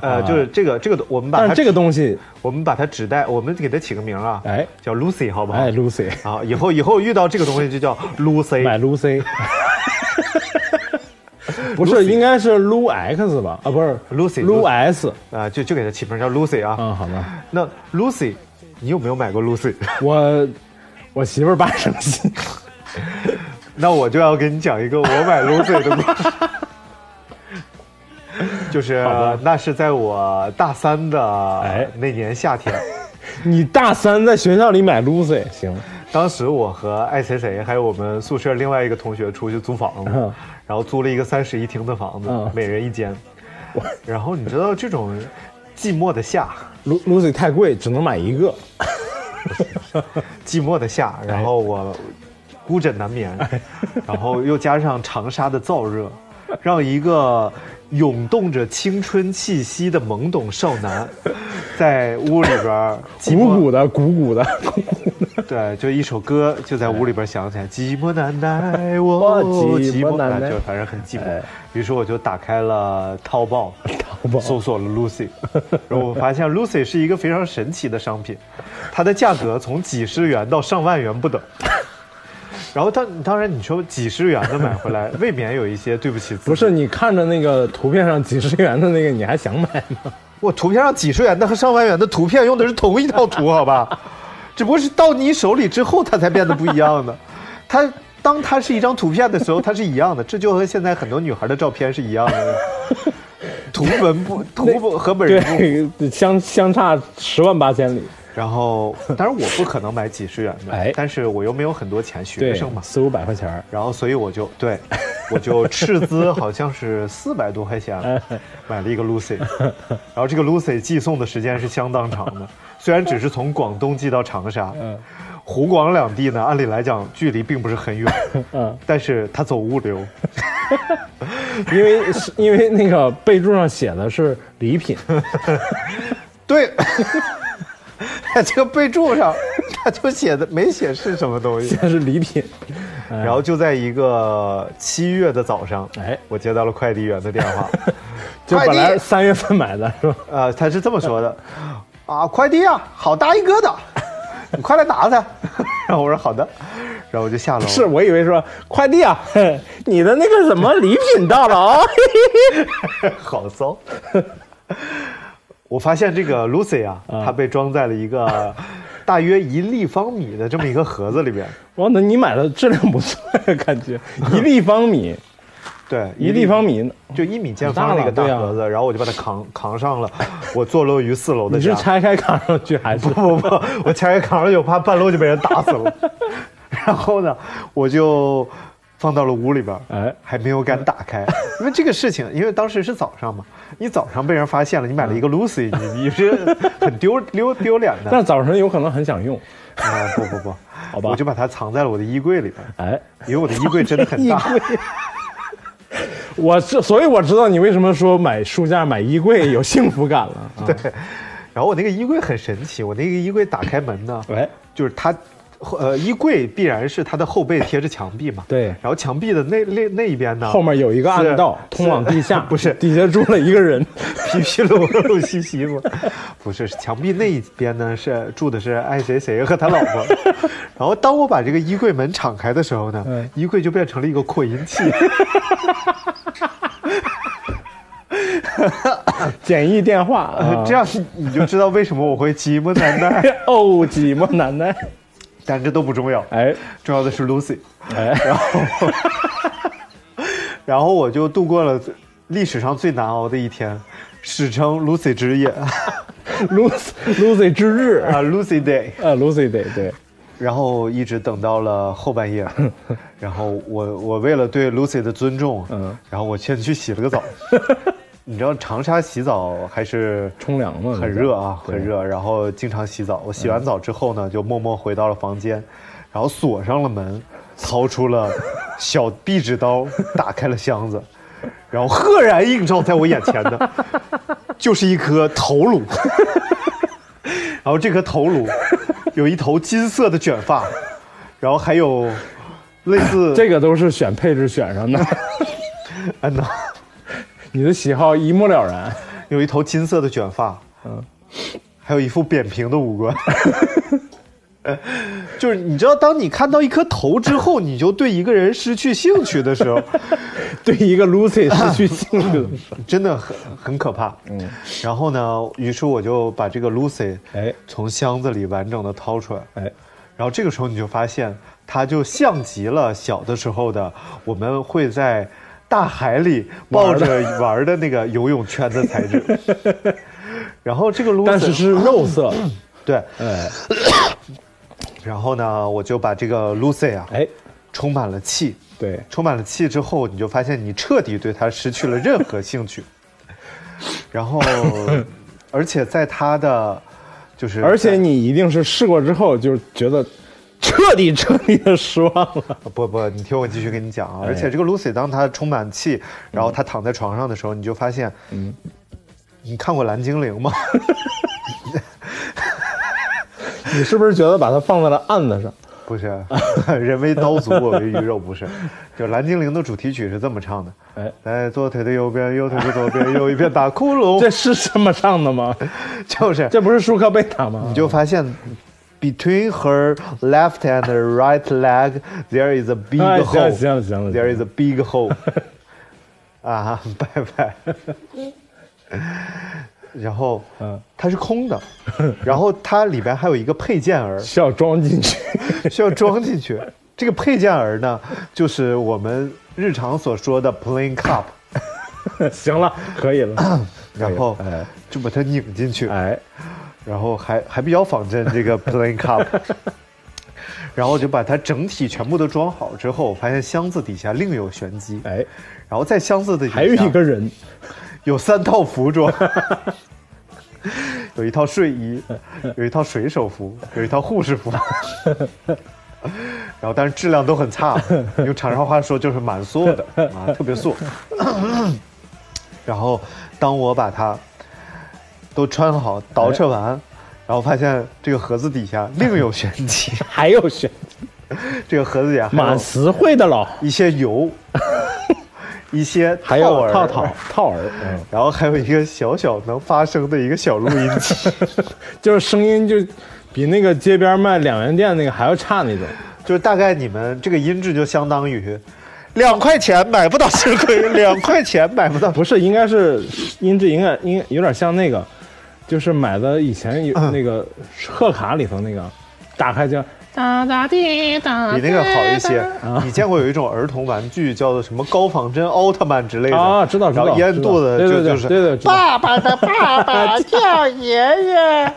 呃，就是这个这个，我们把啊但它是这个东西，我们把它指代，我们给它起个名啊，哎叫 Lucy 好不好？哎，Lucy，啊，以后以后遇到这个东西就叫 Lucy，买 Lucy，不是，应该是 Lu X 吧？啊，不是 Lucy， Lu S，啊，就就给它起名叫 Lucy 啊。嗯，好吧，那 Lucy，你有没有买过 Lucy？ (laughs) 我我媳妇儿八成新，那我就要给你讲一个我买 Lucy 的故 (laughs) 事。就是那是在我大三哎的那年夏天， (laughs) 你大三在学校里买 Lucy 行，当时我和爱谁谁还有我们宿舍另外一个同学出去租房子，嗯然后租了一个三室一厅的房子，嗯每人一间。然后你知道这种寂寞的夏， Lu Lucy 太贵，只能买一个，寂寞的夏，哎然后我孤枕难眠， (laughs) 然后又加上长沙的燥热，让一个涌动着青春气息的懵懂少男，在屋里边儿寂鼓寞鼓的，鼓鼓的，鼓鼓的。 (laughs) (laughs) 对，就一首歌就在屋里边响起来，寂寞难耐，我我寂寞难耐就反正很寂寞哎。于是我就打开了淘宝，淘宝搜索了 Lucy，然后我发现 Lucy 是一个非常神奇的商品，它的价格从几十元到上万元不 (laughs) 等。然后当当然你说几十元的买回来，未免有一些对不起自己。不是你看着那个图片上几十元的那个，你还想买吗？我图片上几十元的和上万元的图片用的是同一套图，好 (laughs) 吧？只不过是到你手里之后，它才变得不一样的。它当它是一张图片的时候，它是一样的，这就和现在很多女孩的照片是一样 (laughs) 的。图文不图不和本人不。对，相相差十万八千里。然后，当然我不可能买几十元的，哎但是我又没有很多钱，学对生嘛，，四五百块钱儿，然后所以我就对， (laughs) 我就斥资好像是四百多块钱哎买了一个 Lucy，然后这个 Lucy 寄送的时间是相当长的，虽然只是从广东寄到长沙，嗯湖广两地呢，按理来讲距离并不是很远，嗯但是他走物流，因为是因为那个备注上写的是礼品， (laughs) 对， (laughs) 这个备注上他就写的没写是什么东西写，的是礼品，然后就在一个七月的早上，哎我接到了快递员的电话。 (laughs) 就快递本来三月份买的是吧？呃，他是这么说 (laughs) 的，啊，快递啊，好大一疙瘩，你快来拿它。然 (laughs) 后我说好的，然后我就下楼。是，我以为说快递啊，嘿你的那个什么礼品到了 (laughs) 啊、嘿嘿嘿好糟。 (laughs) 我发现这个 Lucy 啊，嗯它被装在了一 (laughs) 个大约一立方米的这么一个盒子里边。哇，那你买的质量不错呀，感觉一立方米，对，一立方 (laughs) 米，就一米见方那个很大大了对啊盒子，然后我就把它扛扛上了我坐落于四楼的你家。是拆开扛上去还是？不不，我前面扛着就怕半路就被人打死了。然后呢，我就放到了屋里边，哎哎，还没有敢打开，因为这个事情，因为当时是早上嘛，你早上被人发现了，你买了一个 Lucy，你你是很丢丢丢脸的。但早晨有可能很想用，啊，不不不， (laughs) 好吧我就把它藏在了我的衣柜里边，哎，因为我的衣柜真的很衣大。柜。我是，所以我知道你为什么说买书架、买衣柜有幸福感了。啊、对，然后我那个衣柜很神奇，我那个衣柜打开门呢，喂，就是它，呃，衣柜必然是它的后背贴着墙壁嘛，对然后墙壁的那那那一边呢，后面有一个暗道是通往地下， (laughs) 不是底下住了一个人，皮皮鲁鲁西西吗？不是，是墙壁那一边呢是住的是爱谁谁和他老 (laughs) 婆。然后当我把这个衣柜门敞开的时候呢，嗯衣柜就变成了一个扩音器。简易电话，啊、 (laughs) 这样你就知道为什么我会寂寞难耐。 (laughs) 哦，寂寞难耐。但这都不重要，哎重 (laughs) 要的是 Lucy。哎，然后我就度过了历史上最难熬的一天，史称 Lucy 之夜 Lucy Lucy 之日啊，Lucy Day。啊，Lucy Day 对，然后一直等到了后半夜，然后我我为了对 Lucy 的尊重，嗯然后我先去洗了个澡。 (laughs) 你知道长沙洗澡还是冲凉嘛很热啊，对嗯很热。然后经常洗澡，我洗完澡之后呢，就默默回到了房间，然后锁上了门，掏出了小壁纸刀，打开了箱子，然后赫然映照在我眼前的就是一颗头颅。 (laughs) 然后这颗头颅有一头金色的卷发，然后还有类 (laughs) 似这个都是选配置选 (laughs) 上的，嗯呐，你的喜好一目了然。有一头金色的卷发，嗯，还有一副扁平的五官。 (laughs) 就是你知道，当你看到一颗头之后，你就对一个人失去兴趣的时候， (laughs) 对一个 Lucy 失 (laughs) 去兴趣的事，真的很很可怕。嗯，然后呢，于是我就把这个 Lucy 哎从箱子里完整的掏出来，哎，然后这个时候你就发现，它就像极了小的时候的我们会在大海里抱着玩儿的那个游泳圈的材质。然后这个 Lucy， (laughs) 但是是肉色，对，哎 (coughs) 然后呢，我就把这个 Lucy 啊，哎，充满了气，对，充满了气之后，你就发现你彻底对它失去了任何兴 (laughs) 趣。然后，而且在它的就是，而且你一定是试过之后就觉得彻底彻底的失望了，不不，你听我继续跟你讲啊！哎而且这个 Lucy 当她充满气，然后她躺在床上的时候，你就发现，嗯，你看过《蓝精灵》吗？ (laughs) 你是不是觉得把它放在了案子上？不是，啊 (laughs) 人为刀俎，我为鱼肉，不是。就《蓝精灵》的主题曲是这么唱的：哎，来，左腿的右边，右腿的左边，右一边打窟窿这，是这么唱的吗？ (laughs) 就是。这不是舒克贝塔吗？你就发现，between her left and right leg there is a big 哎行 hole。了行了行了 There is a big (laughs) hole。啊，拜拜。然后，嗯它是空 (laughs) 的，然后它里边还有一个配件儿需要装进去， (laughs) 需要装进去。这个配件儿呢，就是我们日常所说的 plain cup，哎行了，可以了，然后哎就把它拧进去。哎，然后还还比较仿真这个 plain (laughs) cup，然后我就把它整体全部都装好之后，我发现箱子底下另有玄机。哎，然后在箱子的底下还有一个人，有三套服装，有一套睡衣，有一套水手服，有一套护士服。然后，但是质量都很差，用厂商话说就是蛮素的啊，特别素。然后，当我把它都穿好、捯饬完，然后发现这个盒子底下另有玄机，还有选这个盒子底下还有蛮实惠的喽，一些 (laughs) 油，一些还有儿套套套儿，嗯，然后还有一个小小能发声的一个小录音机， (laughs) 就是声音就比那个街边卖两元店那个还要差那种，就是大概你们这个音质就相当于两块钱买不到吃亏，两块钱买不到。不是，应该是音质应该应有点像那个，就是买的以前有嗯那个贺卡里头那个，打开就比那个好一些。啊你见过有一种儿童玩具叫做什么高仿真奥特曼之类的啊，知道知然道，后烟知道肚子对对就对就是对对，知道爸爸的爸 (laughs) 爸叫爷爷。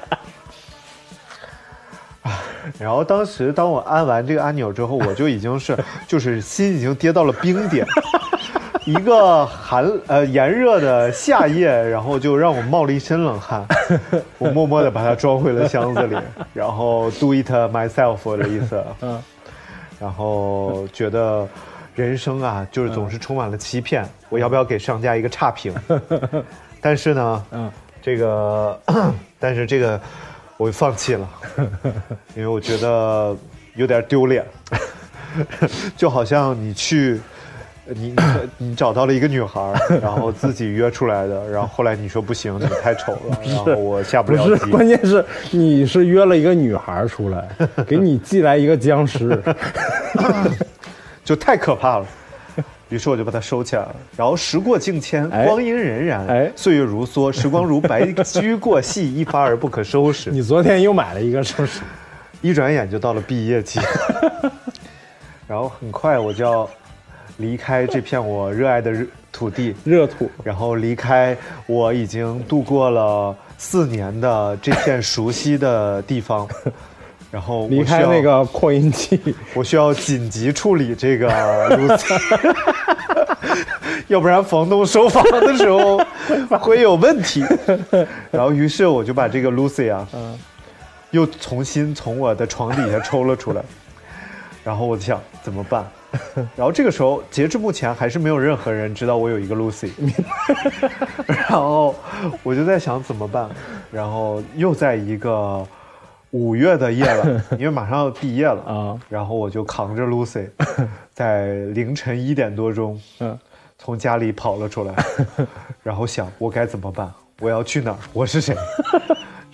然后当时当我按完这个按钮之后，我就已经是就是心已经跌到了冰点。 (laughs) 一个寒呃炎热的夏夜，然后就让我冒了一身冷汗。我默默地把它装回了箱子里，然后 do it myself 的意思。嗯，然后觉得人生啊，就是总是充满了欺骗。我要不要给商家一个差评？但是呢，嗯，这个， (clears throat) 但是这个我放弃了。因为我觉得有点丢脸， (laughs) 就好像你去，你你你找到了一个女孩儿，然后自己约出来的，然后后来你说不行，你太丑了，然后我下不不了 (laughs) 是，机。关键是你是约了一个女孩出 (laughs) 来，给你寄来一个僵尸，就太可怕了。 (laughs) 于是我就把它收起来了。然后时过境迁，哎光阴荏苒，哎岁月如梭，时光如白驹过隙，一发而不可收拾。你昨天又买了一个，是不是？ (laughs) 一转眼就到了毕业季，然后很快我就要离开这片我热爱的日土地，热土，然后离开我已经度过了四年的这片熟悉的地方，然后我离开需要那，个扩音 (laughs) 器，我需要紧急处理这个路子，要不然房东收房的时候会有问题。然后，于是我就把这个 Lucy 啊，又重新从我的床底下抽了出来。然后我就想怎么办？ (laughs) 然后这个时候，截至目前还是没有任何人知道我有一个 Lucy。然后我就在想怎么办，然后又在一个五月的夜晚， (laughs) 因为马上要毕业了啊然后我就扛着 (laughs) Lucy，在凌晨一点多钟，嗯从家里跑了出 (laughs) 来，然后想我该怎么办？我要去哪儿？我是 (laughs) 谁？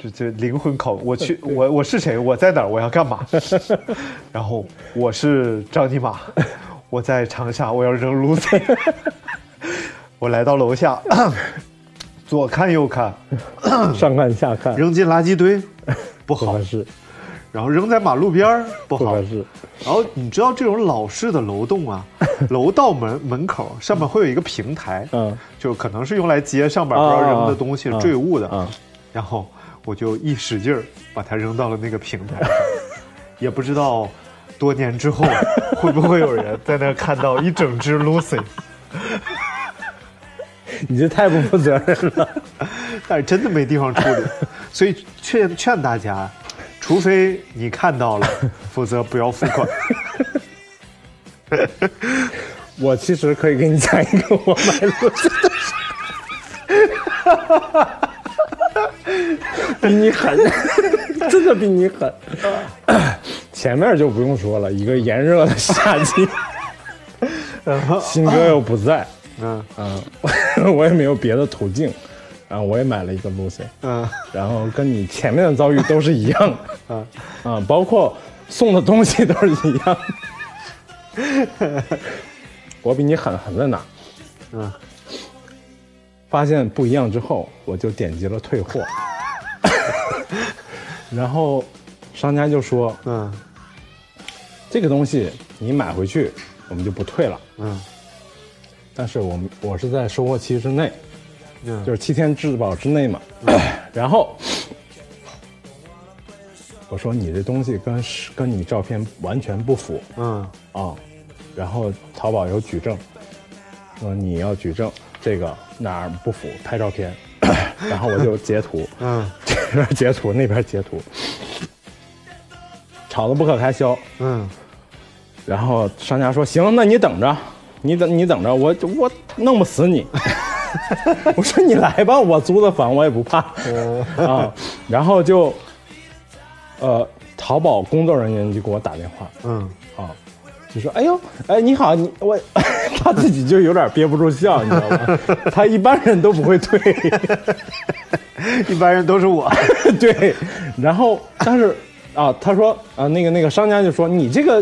这这灵魂拷问，我去，我我是谁？我在哪儿？我要干 (laughs) 嘛？然后我是张尼玛， (laughs) 我在长沙，我要扔 Lucy。我来到楼下， (coughs) 左看右看，上看下看，扔进垃圾堆，不不好合；适，然后扔在马路边儿，不不好合。适。然后你知道这种老式的楼栋啊，楼道门门口上面会有一个平台，嗯，就可能是用来接上面不知道扔的东西、啊啊坠物的。啊然后我就一使劲儿把它扔到了那个平台上， (laughs) 也不知道多年之后会不会有人在那儿看到一整只 Lucy，你这太不负责任了。 (laughs) 但是真的没地方处 (laughs) 理，所以劝劝大家，除非你看到 (laughs) 了，否则不要付款。我其实可以给你讲一个我买过去的事儿，比 (laughs) 你狠，真的比你狠。前面就不用说了，一个炎热的夏季， (laughs) 新哥又不在，嗯嗯，我也没有别的途径，然后我也买了一个 Lucy，嗯然后跟你前面的遭遇都是一样的，嗯啊，包括送的东西都是一样的。我比你狠狠在哪儿？嗯，发现不一样之后，我就点击了退货，然后商家就说嗯这个东西你买回去我们就不退了，嗯但是我们我是在收货期之内，嗯就是七天质保之内嘛。 (coughs) 然后我说你这东西跟是跟你照片完全不符嗯啊、然后淘宝有举证，说你要举证这个哪儿不符，拍 (coughs) 照片，然后我就截图，嗯这边 (laughs) 截图那边截图，吵得不可开交。嗯然后商家说：“行，那你等着，你等你等着，我我弄不死你。” (laughs) 我说：“你来吧，我租的房我也不怕啊。”然后就，呃，淘宝工作人员就给我打电话嗯啊，就说：“哎呦，哎你好，你我 (laughs) 他自己就有点憋不住笑，你知道吗？ (laughs) 他一般人都不会退。” (laughs) 一般人都是 (laughs) 我。 (laughs) 对，然后但是啊，他说啊，那个那个商家就说你这个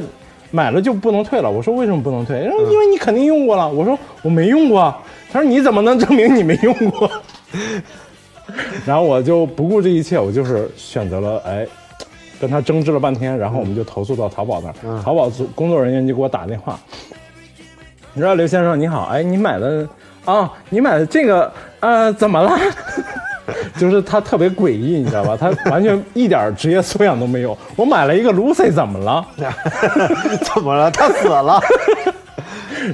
买了就不能退了。我说为什么不能退？然后因为你肯定用过了。我说我没用过啊。他说你怎么能证明你没用过？ (laughs) 然后我就不顾这一切，我就是选择了哎，跟他争执了半天，然后我们就投诉到淘宝那儿，淘宝组工作人员就给我打电话，你说刘先生你好，哎，你买的啊，你买的这个呃怎么了？就是他特别诡异，你知道吧？他完全一点职业素养都没有。我买了一个 Lucy 怎么了？怎么了？他死了。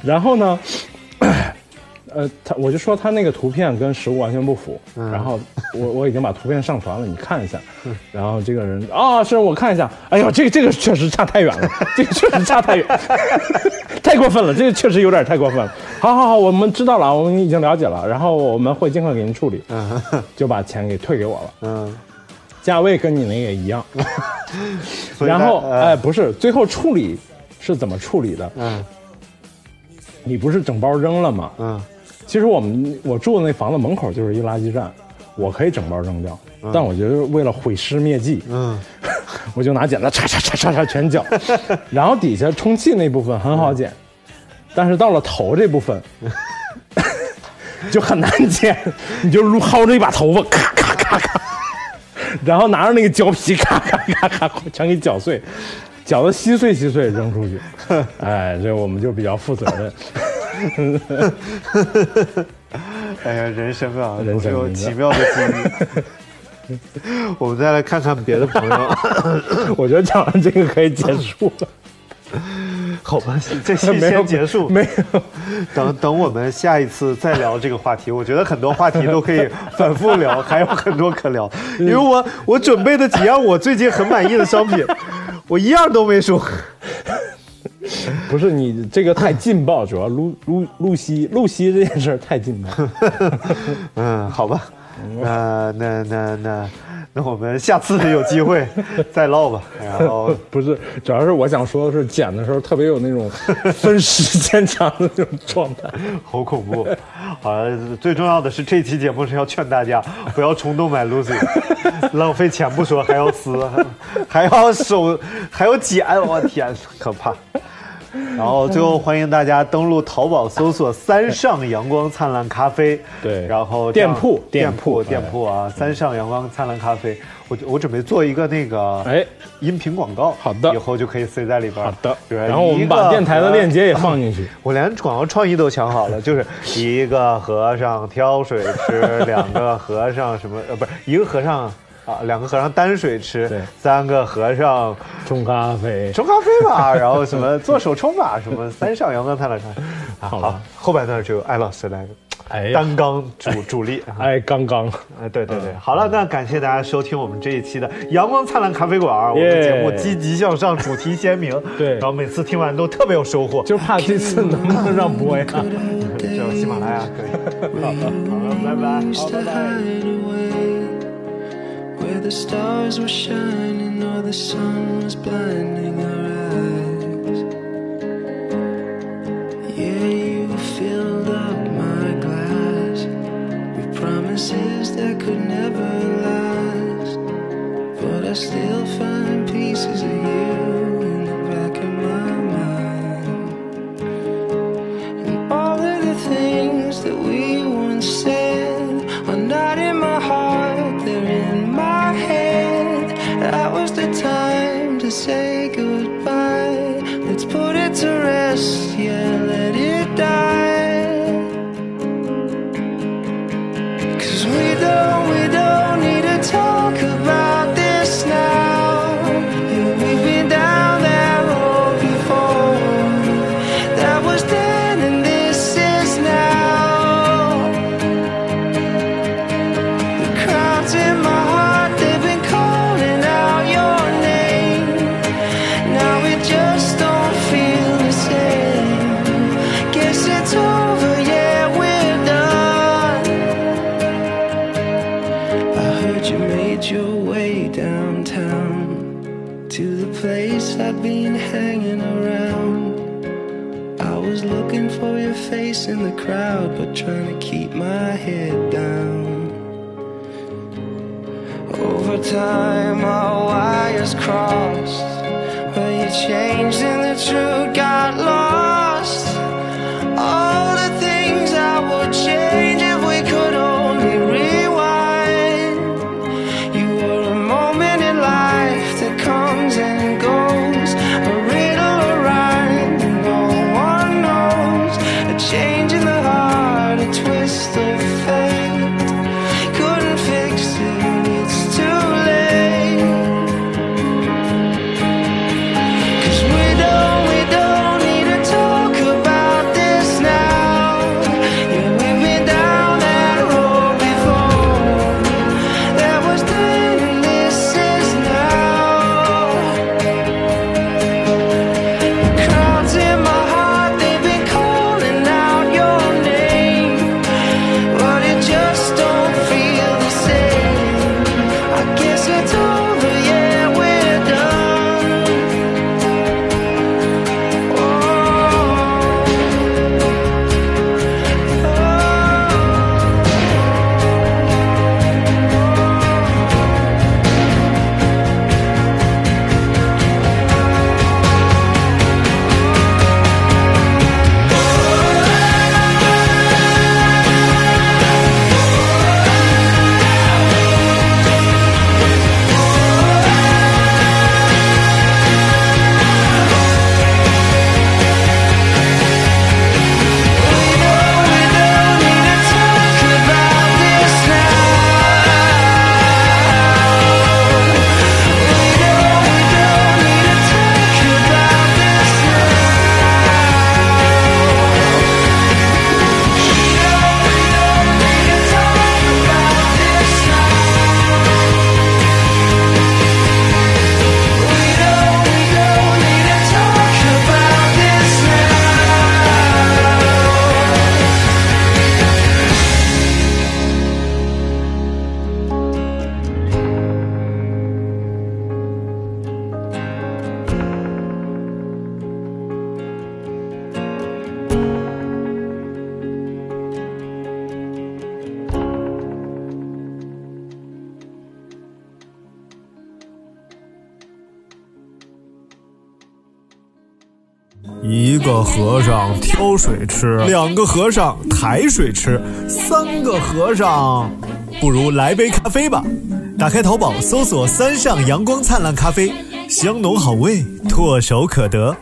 然后呢，呃，他我就说他那个图片跟实物完全不符，然后我我已经把图片上传了，你看一下。然后这个人啊、是我看一下，哎呦，这个这个确实差太远了， (laughs) 这个确实差太远， (laughs) 太过分了，这个确实有点太过分了。好好好，我们知道了，我们已经了解了，然后我们会尽快给您处理，就把钱给退给我了，嗯，价位跟你那个一样。所以然他后，呃哎、不是，最后处理是怎么处理的？嗯你不是整包扔了吗？嗯其实我们我住的那房子门口就是一垃圾站，我可以整包扔掉，但我觉得为了毁尸灭迹，嗯 (laughs) 我就拿剪子叉叉叉叉叉 (laughs) 全绞，然后底下充气那部分很好剪，但是到了头这 (laughs) 部分就很难剪，你就撸薅着一把头发，咔咔咔咔，然后拿着那个胶皮，咔咔咔咔全给绞碎，饺子稀碎稀碎 (laughs) 扔出去。哎，这我们就比较负责任。 (laughs) 哎呀，人生啊，人总是生有一个奇妙的机遇。 (laughs) 我们再来看看别的朋友， (laughs) 我觉得讲完这个可以结束了，好吧，这期 (laughs) 没先有结束。没有。等等，我们下一次再聊这个话题。我觉得很多话题都可以反复聊，还有很多可聊。嗯因为我我准备的几样我最近很满意的商品， (laughs) 我一样都没说。 (laughs) 不是你这个太劲爆，主要露露露西露西这件事儿 (laughs) 太劲爆。嗯，好吧，那那那那那我们下次有机会再唠吧。然后不是，主要是我想说的是，剪的时候特别有那种分时间长的那种状态。好恐怖！好了，最重要的是这期节目是要劝大家不要冲动买 Lucy，浪 (laughs) 费钱不说，还要撕， (laughs) 还要手，还要剪，我天，可怕！然后最后欢迎大家登录淘宝搜索“三上阳光灿烂咖啡”，对然后这样店铺店铺店店铺哎铺啊，“三上阳光灿烂咖啡”，我我准备做一个那个哎音频广告，好的以后就可以塞在里边儿。好的，比如然后我一们个把电台的和链接也放 (laughs) 进去。我连广告创意都想好了，就是一个和尚挑水吃，两个和尚什么呃，不是一个和尚啊，两个和尚担水吃对，三个和尚冲咖啡，冲咖啡吧，然后什么做手冲吧，什么三上阳光灿烂看。啊，好好吧，后半段就艾老师来哎呀，单纲主主力啊。哎，刚刚，哎，对对对，嗯好了，那感谢大家收听我们这一期的《阳光灿烂咖啡馆》，我们耶节目积极向上，主题鲜明，对然后每次听完都特别有收获，就怕这次能不能让播呀？就喜马拉雅可以。好了，拜拜。 used to hide away where the stars were shining or the sun was blinding our eyes. Yeah, you filled up my glass with promises that could never last, but I still find pieces of you in the back of my mind. And all of the things that we once said are not in my heart, they're in my head. That was the time to say goodbye. Let's put it to rest, yeah, let it die. Cause we don't, we don't need to talk about this now. Yeah, we've been down that road before. That was then and this is now. The crowds in my heart, they've been calling out your name. Now it just don't feel the same. Guess it's over, yeah, we're done. I heard you made your way downtown to the place I'd been hanging around. I was looking for your face in the crowd, but trying to keep my head down. Over time, our wires crossed, but you changed and the truth got lost. All the things I would change if we could only rewind. You were a moment in life that comes and goes, a riddle, a rhyme that no one knows, a change in the heart, a twist of fate. Couldn't fix it, it's too late. Cause we don't, we don't need to Oh, 一个和尚挑水吃，两个和尚抬水吃，三个和尚不如来杯咖啡吧。打开淘宝搜索“三上阳光灿烂咖啡”，香浓好味，唾手可得。